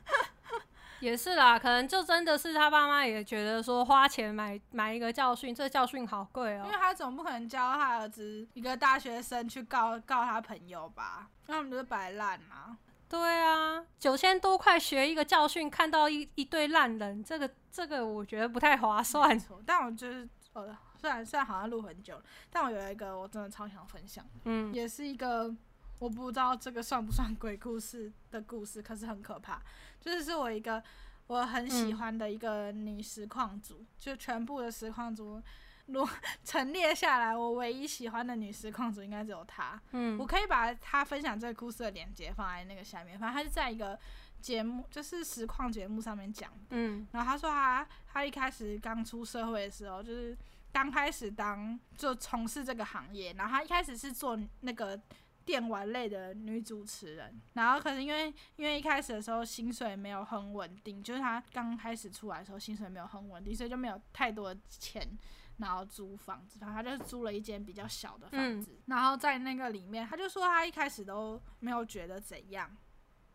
Speaker 1: 也是啦，可能就真的是他爸妈也觉得说，花钱买买一个教训，这教训好贵哦
Speaker 3: 因为、他总不可能教他儿子一个大学生去告告他朋友吧？那我们就是摆烂嘛。
Speaker 1: 对啊，九千多块学一个教训，看到一一堆烂人，这个这个我觉得不太划算
Speaker 3: 没。错，但我就是呃，虽然虽然好像录很久了，但我有一个我真的超想分享的，
Speaker 1: 嗯，
Speaker 3: 也是一个我不知道这个算不算鬼故事的故事，可是很可怕。就是是我一个我很喜欢的一个女实况组，
Speaker 1: 嗯
Speaker 3: 就全部的实况组。如陈列下来，我唯一喜欢的女实况组应该只有她。我
Speaker 1: 嗯
Speaker 3: 可以把他分享这个故事的链接放在那个下面，反正他是在一个节目，就是实况节目上面讲。
Speaker 1: 嗯
Speaker 3: 然后他说他他一开始刚出社会的时候，就是刚开始当就从事这个行业，然后他一开始是做那个电玩类的女主持人，然后可是因为因为一开始的时候薪水没有很稳定，就是他刚开始出来的时候薪水没有很稳定，所以就没有太多的钱。然后租房子，反正他就是租了一间比较小的房子，然后在那个里面，他就说他一开始都没有觉得怎样，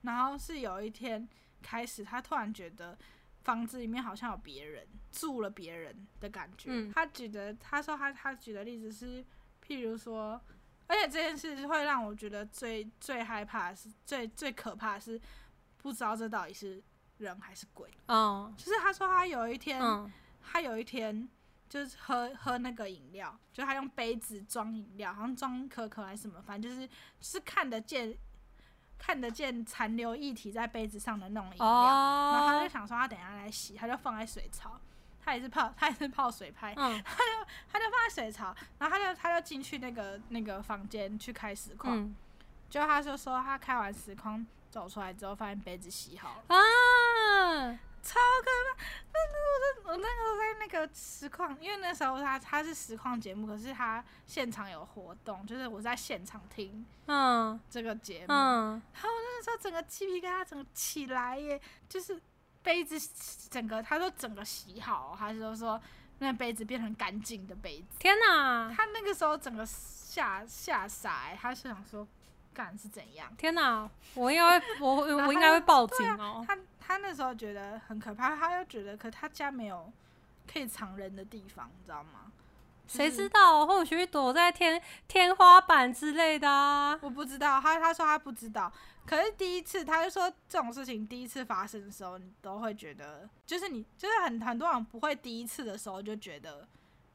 Speaker 3: 然后是有一天开始，他突然觉得房子里面好像有别人住了别人的感觉。
Speaker 1: 嗯
Speaker 3: 他举的，他说他他举的例子是，譬如说，而且这件事会让我觉得最最害怕的是最最可怕的是，不知道这到底是人还是鬼。
Speaker 1: 嗯
Speaker 3: 就是他说他有一天，
Speaker 1: 嗯
Speaker 3: 他有一天就是喝喝那个饮料，就他用杯子装饮料，好像装可可还是什么，反正就是就是看得见看得见残留液体在杯子上的那种饮料。然后他就
Speaker 1: 哦，
Speaker 3: 想说他等一下来洗，他就放在水槽，他也是泡 [laughs] 他也是泡水拍，
Speaker 1: 嗯
Speaker 3: 他就放在水槽，然后他就他就进去那个那个房间去开实况，
Speaker 1: 嗯
Speaker 3: 结果他就说他开完实况走出来之后，发现杯子洗好了。
Speaker 1: 啊，
Speaker 3: 超可怕！但是我在我那时候在那个实况，因为那时候他他是实况节目，可是他现场有活动，就是我在现场听
Speaker 1: 嗯
Speaker 3: 这个节目，
Speaker 1: 嗯，
Speaker 3: 那时候整个鸡皮疙瘩整个起来耶，就是杯子整个他说整个洗好，他就说那杯子变成干净的杯子，
Speaker 1: 天哪！
Speaker 3: 他那个时候整个吓吓傻欸耶，他是想说干是怎样？
Speaker 1: 天哪，我应该会，我我
Speaker 3: 后啊
Speaker 1: 我应该会报警哦、
Speaker 3: 他他那时候觉得很可怕，他又觉得可他家没有可以藏人的地方，你知道吗？嗯
Speaker 1: 谁知道？或许躲在天天花板之类的啊。
Speaker 3: 我不知道，他他说他不知道，可是第一次他就说这种事情第一次发生的时候，你都会觉得，就是你就是很很多人不会第一次的时候就觉得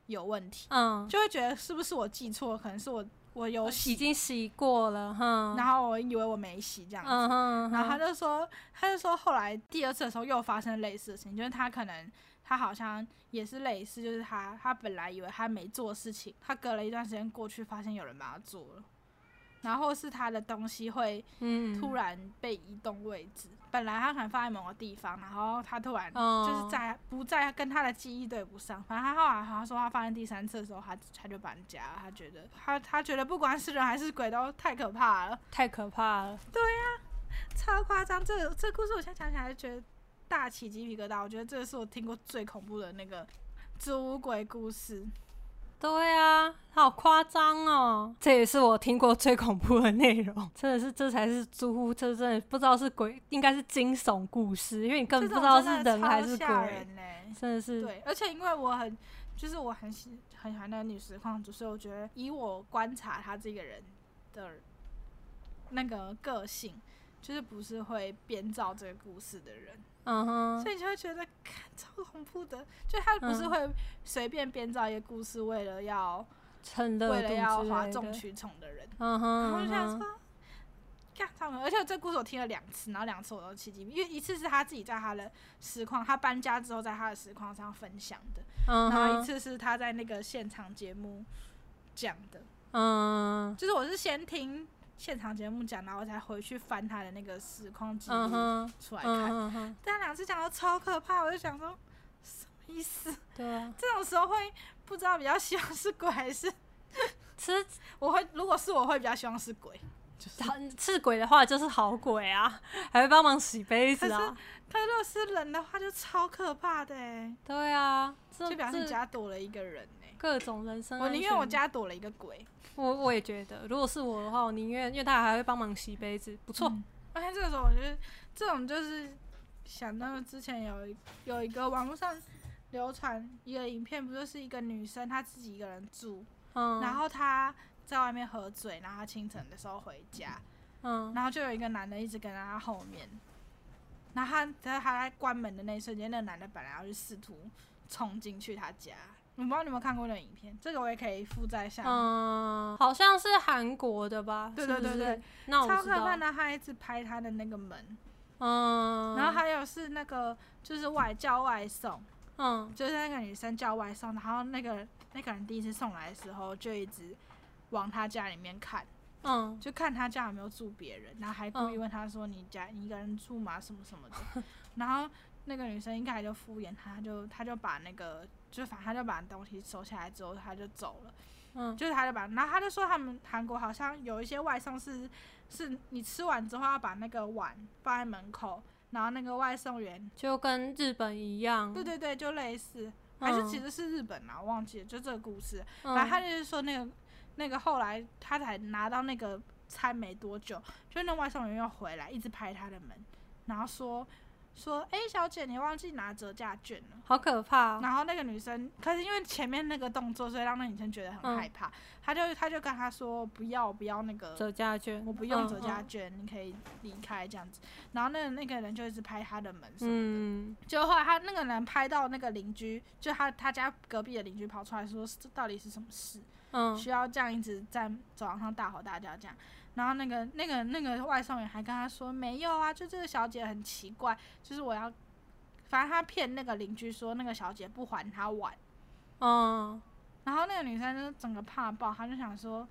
Speaker 3: 有问题，
Speaker 1: 嗯，
Speaker 3: 就会觉得是不是我记错，可能是我我有
Speaker 1: 已
Speaker 3: 洗，
Speaker 1: 经哦洗过了，哼。
Speaker 3: 然后我以为我没洗这样子，
Speaker 1: 嗯哼，
Speaker 3: 然后他
Speaker 1: 就
Speaker 3: 就说，他就说后来第二次的时候又发生类似的事情，就是他可能他好像也是类似，就是他他本来以为他没做事情，他隔了一段时间过去，发现有人把他做了，然后是他的东西会
Speaker 1: 嗯，
Speaker 3: 突然被移动位置，本来他可能放在某个地方，然后他突然
Speaker 1: 哦，
Speaker 3: 就是在不在跟他的记忆对不上，反正他后来他说他发现第三次的时候，他他就搬家了，他觉得他他觉得不管是人还是鬼都太可怕了。
Speaker 1: 太可怕了。
Speaker 3: 超夸张！这个这个故事我现在想起来就觉得大起鸡皮疙瘩。我觉得这个是我听过最恐怖的那个租鬼故事。
Speaker 1: 嗯对啊，好夸张哦！这也是我听过最恐怖的内容，真的是这才是租乎，这真的不知道是鬼，应该是惊悚故事，因为你根
Speaker 3: 这
Speaker 1: 本不
Speaker 3: 种
Speaker 1: 知道是
Speaker 3: 真的
Speaker 1: 人还是
Speaker 3: 超吓
Speaker 1: 鬼，
Speaker 3: 人呢、欸
Speaker 1: 真的是。
Speaker 3: 对，而且因为我很就是我很喜很喜欢那个女实况主，所以我觉得以我观察她这个人的那个个性，就是不是会编造这个故事的人。
Speaker 1: 嗯哼，
Speaker 3: 所以你就会觉得看超恐怖的，就他不是
Speaker 1: 嗯
Speaker 3: 会随便编造一个故事，为了要
Speaker 1: 趁热
Speaker 3: 为
Speaker 1: 度
Speaker 3: 了要
Speaker 1: 之
Speaker 3: 哗
Speaker 1: 类
Speaker 3: 众
Speaker 1: 的
Speaker 3: 取宠的人。
Speaker 1: 嗯哼，
Speaker 3: 然后我就
Speaker 1: 嗯
Speaker 3: 想
Speaker 1: 哼
Speaker 3: 说，干他们！而且这故事我听了两次，然后两次我都起鸡皮，因为一次是他自己在他的实况，他搬家之后在他的实况上分享的，
Speaker 1: 嗯
Speaker 3: 然后一
Speaker 1: 哼，
Speaker 3: 次是他在那个现场节目讲的，
Speaker 1: 嗯
Speaker 3: 就是我是先听现场节目讲，然后我才回去翻他的那个实况记
Speaker 1: 嗯
Speaker 3: 录
Speaker 1: 哼，
Speaker 3: 出来
Speaker 1: 嗯
Speaker 3: 看。
Speaker 1: 哼嗯哼，
Speaker 3: 但两次讲到超可怕，我就想说什么意思？
Speaker 1: 对啊，
Speaker 3: 这种时候会不知道比较希望是鬼还是
Speaker 1: 吃
Speaker 3: 我会，如果是我会比较希望是鬼。就是，
Speaker 1: 好是鬼的话就是好鬼啊， [laughs] 还会帮忙洗杯子
Speaker 3: 可是
Speaker 1: 啊。
Speaker 3: 但如果是人的话，就超可怕的、欸，
Speaker 1: 对啊，这
Speaker 3: 就表示你
Speaker 1: 这
Speaker 3: 家躲了一个人呢、
Speaker 1: 各种人生安全。
Speaker 3: 我宁愿我家躲了一个鬼。
Speaker 1: 我我也觉得，如果是我的话，我宁愿，因为他还会帮忙洗杯子，不错。
Speaker 3: 嗯而且这种我觉得这种就是想到之前有一有一个网络上流传一个影片，不就是一个女生她自己一个人住，
Speaker 1: 嗯，
Speaker 3: 然后她在外面喝醉，然后她清晨的时候回家，
Speaker 1: 嗯，
Speaker 3: 然后就有一个男的一直跟在她后面，然后她在她在关门的那一瞬间，那个男的本来要去试图冲进去她家。我不知道你有没有看过那个影片，这个我也可以附在下面。
Speaker 1: 嗯，好像是韩国的吧？
Speaker 3: 对
Speaker 1: 是不
Speaker 3: 对对
Speaker 1: 是
Speaker 3: 对，
Speaker 1: 那我
Speaker 3: 超
Speaker 1: 不知
Speaker 3: 可怕
Speaker 1: 道。
Speaker 3: 的，他一直拍她的那个门，
Speaker 1: 嗯，
Speaker 3: 然后还有是那个就是外叫外送，
Speaker 1: 嗯，
Speaker 3: 就是那个女生叫外送，然后那个那个人第一次送来的时候就一直往她家里面看，
Speaker 1: 嗯，
Speaker 3: 就看她家有没有住别人，然后还故意问她说你家你一个人住吗什么什么的，然后那个女生一开始就敷衍她，她就她就把那个就反正她就把东西收下来之后她就走了。
Speaker 1: 嗯，
Speaker 3: 就是他就把，然后他就说他们韩国好像有一些外送是，是你吃完之后要把那个碗放在门口，然后那个外送员，
Speaker 1: 就跟日本一样。
Speaker 3: 对对对，就类似，
Speaker 1: 嗯，
Speaker 3: 还是其实是日本啊，我忘记了，就这个故事。
Speaker 1: 嗯，
Speaker 3: 反正他就是说那个那个后来他才拿到那个餐没多久，就那外送员又回来，一直拍他的门，然后说说，哎、小姐你忘记拿折价券了。
Speaker 1: 好可怕哦。
Speaker 3: 然后那个女生，可是因为前面那个动作，所以让那女生觉得很
Speaker 1: 嗯
Speaker 3: 害怕。她就她就跟他说：“不要，我不要那个，
Speaker 1: 折价券，
Speaker 3: 我不用折
Speaker 1: 嗯
Speaker 3: 价。券，你可以离开这样子。”然后那个那个人就一直拍她的门什么。
Speaker 1: 嗯，
Speaker 3: 结果后来他那个人拍到那个邻居，就他他家隔壁的邻居跑出来说：“这到底是什么事？
Speaker 1: 嗯
Speaker 3: 需要这样一直在走廊上大吼大叫这样？”然后那个那个那个外送员还跟他说：“没有啊，就这个小姐很奇怪，就是我要。”反正他骗那个邻居说那个小姐不还他碗，
Speaker 1: 嗯
Speaker 3: 然后那个女生就整个怕爆，她就想说，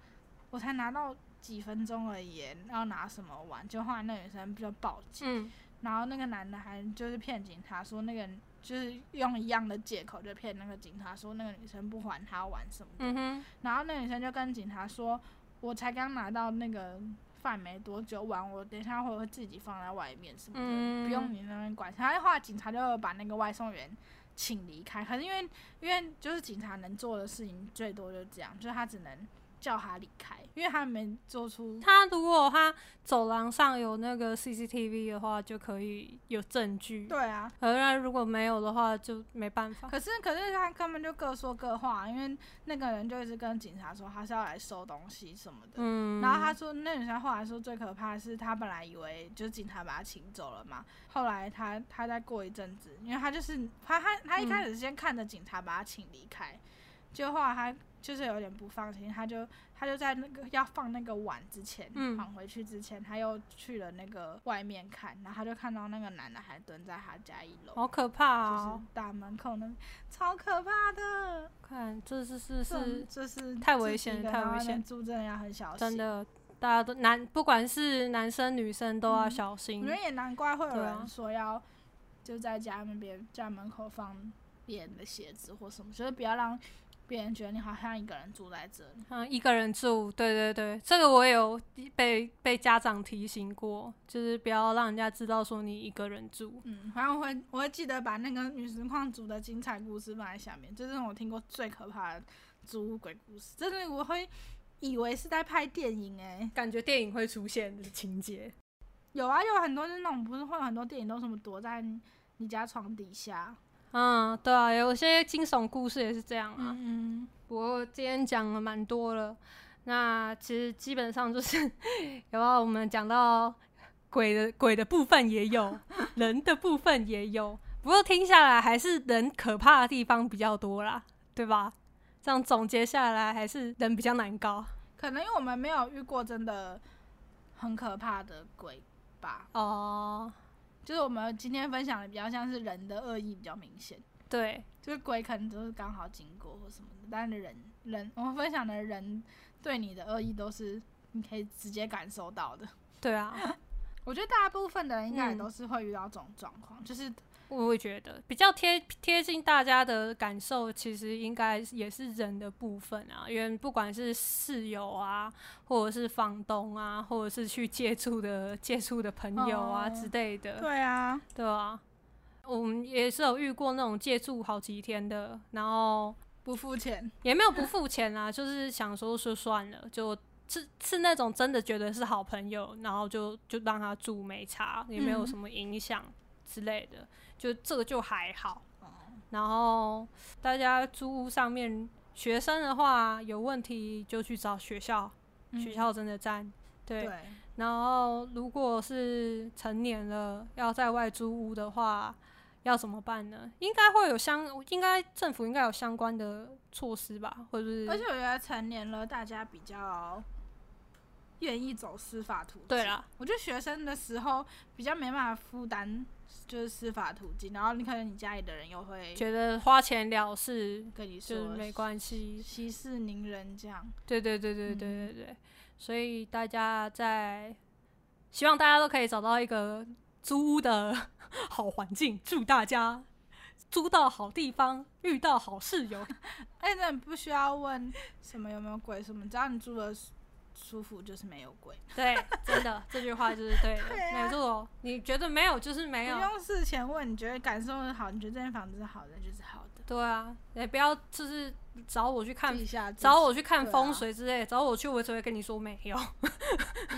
Speaker 3: 我才拿到几分钟而已耶，要拿什么玩？就后来那个女生就报警，
Speaker 1: 嗯
Speaker 3: 然后那个男的还就是骗警察说那个就是用一样的借口就骗那个警察说那个女生不还他玩什么的，
Speaker 1: 嗯哼，
Speaker 3: 然后那个女生就跟警察说，我才刚拿到那个饭没多久碗，我等一下会会自己放在外面什么的。
Speaker 1: 嗯，
Speaker 3: 不用你那边管。他后来警察就把那个外送员请离开，可是因为因为就是警察能做的事情最多就这样，就是他只能叫他离开，因为他没做出
Speaker 1: 他如果他走廊上有那个 CCTV 的话，就可以有证据。
Speaker 3: 对啊。
Speaker 1: 而那如果没有的话，就没办法。
Speaker 3: 可是可是他根本就各说各话，因为那个人就一直跟警察说他是要来收东西什么的。
Speaker 1: 嗯，
Speaker 3: 然后他说，那女生后来说最可怕的是，她本来以为就是警察把她请走了嘛，后来她她再过一阵子，因为她就是她她她一
Speaker 1: 嗯
Speaker 3: 开始先看着警察把她请离开，就后来她就是有点不放心，她就她就在那个要放那个碗之前，
Speaker 1: 嗯
Speaker 3: 放回去之前，她又去了那个外面看，然后她就看到那个男的还蹲在她家一楼，
Speaker 1: 好可怕
Speaker 3: 就是
Speaker 1: 哦！
Speaker 3: 大门口那边，超可怕的，
Speaker 1: 看，这是是
Speaker 3: 这种
Speaker 1: 是
Speaker 3: 就是
Speaker 1: 太危
Speaker 3: 自己
Speaker 1: 险
Speaker 3: 一
Speaker 1: 了
Speaker 3: 个
Speaker 1: 太
Speaker 3: 人
Speaker 1: 危
Speaker 3: 在那边
Speaker 1: 险
Speaker 3: 住真的要很小心，
Speaker 1: 真的，大家都男，不管是男生女生都要
Speaker 3: 嗯
Speaker 1: 小心
Speaker 3: 我觉。得也难怪会有
Speaker 1: 对啊
Speaker 3: 人说要就在家那边家门口放别人的鞋子或什么，就是不要让别人觉得你好像一个人住在这里。
Speaker 1: 嗯，一个人住，对对对，这个我也有被被家长提醒过，就是不要让人家知道说你一个人住。
Speaker 3: 嗯，反正我会我会记得把那个女实况组的精彩故事放在下面，这、是我听过最可怕的租屋鬼故事，真的我会以为是在拍电影哎、
Speaker 1: 感觉电影会出现的情节，
Speaker 3: 有啊，有很多就是那种不是会有很多电影都什么躲在你你家床底下，
Speaker 1: 嗯，对啊，有些惊悚故事也是这样啊。
Speaker 3: 嗯嗯，
Speaker 1: 不过今天讲了蛮多了，那其实基本上就是 [laughs] 有啊，我们讲到鬼的鬼的部分也 [laughs] 有，人的部分也有，不过听下来还是人可怕的地方比较多啦，对吧？这样总结下来还是人比较难搞
Speaker 3: 可能因为我们没有遇过真的很可怕的鬼吧，
Speaker 1: 哦。
Speaker 3: 就是我们今天分享的比较像是人的恶意比较明显，
Speaker 1: 对，
Speaker 3: 就是鬼可能都是刚好经过或什么的，但是人人我们分享的人对你的恶意都是你可以直接感受到的。
Speaker 1: 对啊，
Speaker 3: 我觉得大部分的人应该也
Speaker 1: 嗯
Speaker 3: 都是会遇到这种状况，就是
Speaker 1: 我会觉得比较贴贴近大家的感受，其实应该也是人的部分啊，因为不管是室友啊，或者是房东啊，或者是去接触的接触的朋友啊
Speaker 3: 哦
Speaker 1: 之类的，
Speaker 2: 对啊，
Speaker 1: 对啊，我们也是有遇过那种借住好几天的，然后
Speaker 3: 不付钱，
Speaker 1: 也没有不付钱啊，就是想说说算了，就是是那种真的觉得是好朋友，然后就就让他住没差，也没有
Speaker 2: 嗯
Speaker 1: 什么影响之类的，就这个就还好。然后大家租屋上面，学生的话有问题就去找学校，学校真的赞。对，
Speaker 3: 嗯对，
Speaker 1: 然后如果是成年了要在外租屋的话，要怎么办呢？应该会有相，应该政府应该有相关的措施吧，或者是
Speaker 3: 而且我觉得成年了，大家比较愿意走司法途径。
Speaker 1: 对啦，
Speaker 3: 我觉得学生的时候比较没办法负担，就是司法途径，然后你可能你家里的人又会
Speaker 1: 觉得花钱了事
Speaker 3: 跟你
Speaker 1: 就是
Speaker 3: 说
Speaker 1: 没关系。
Speaker 3: 息事宁人这样。
Speaker 1: 对对对对对对对，所以大家在希望大家都可以找到一个租屋的 [laughs] 好环境，祝大家租到好地方，遇到好室友。
Speaker 3: 而且你哎不需要问什么有没有鬼什么，只要你住的舒服，就是没有鬼，
Speaker 1: [laughs] 对，真的这句话就是对的，
Speaker 3: 对啊
Speaker 1: 没错。你觉得没有就是没有
Speaker 3: 不，用事前问，你觉得感受得好，你觉得这间房子是好的，就是好的。
Speaker 1: 对啊，也不要就是找我去看
Speaker 3: 记一下自己，
Speaker 1: 找我去看
Speaker 3: 对啊
Speaker 1: 风水之类，找我去我只会跟你说没有，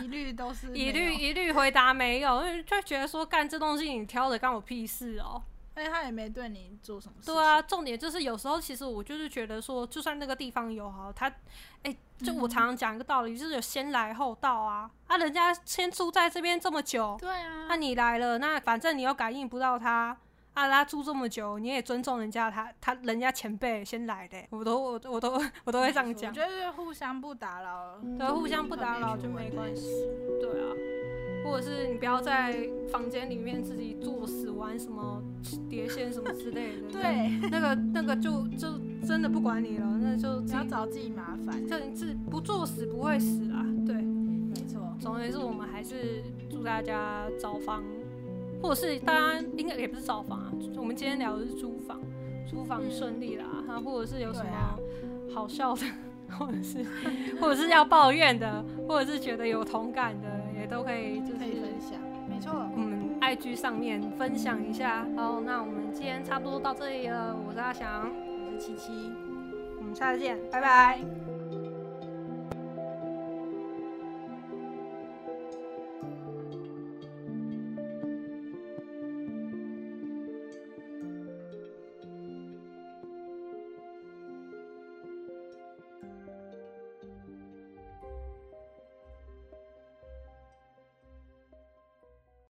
Speaker 3: 一律都
Speaker 1: [laughs]
Speaker 3: 是
Speaker 1: 一律
Speaker 3: 没有，
Speaker 1: 一律回答没有，因为就觉得说干这东西你挑的干我屁事哦、
Speaker 3: 而且他也没对你做什么事情。
Speaker 1: 对啊，，重点就是有时候其实我就是觉得说，就算那个地方有好，他，哎、就
Speaker 3: 嗯
Speaker 1: 我常常讲一个道理，就是有先来后到啊，啊，人家先住在这边这么久，
Speaker 3: 对啊，
Speaker 1: 那、你来了，那反正你又感应不到他，啊，他住这么久，你也尊重人家他，他人家前辈先来的欸、我都我我都我都会这样讲
Speaker 3: 我，觉得互相不打扰，
Speaker 1: 对，啊互相不打扰就没关系，对啊，或者是你不要在房间里面自己作死玩什么碟仙什么之类
Speaker 3: [laughs]
Speaker 1: 的，
Speaker 3: 对，
Speaker 1: 那个那个就就真的不管你了，那就
Speaker 3: 不
Speaker 1: 自
Speaker 3: 要
Speaker 1: 己
Speaker 3: 找自己麻烦，
Speaker 1: 就你自不作死不会死啦，对。
Speaker 3: 没错。
Speaker 1: 总而言之，我们还是祝大家找房，或者是大家应该也不是找房啊，我们今天聊的是租房，租房顺利啦，哈、或者是有什
Speaker 3: 嗯对啊
Speaker 1: 么好笑的，或者是或者是要抱怨的，或者是觉得有同感的，也都可以，就
Speaker 3: 可以分
Speaker 1: 是
Speaker 3: 享，没错。
Speaker 1: 我们 IG 上面分享一下。好，那我们今天差不多到这里了，我是阿翔，
Speaker 3: 我是七七，
Speaker 1: 我们下次见，拜拜。
Speaker 3: 拜。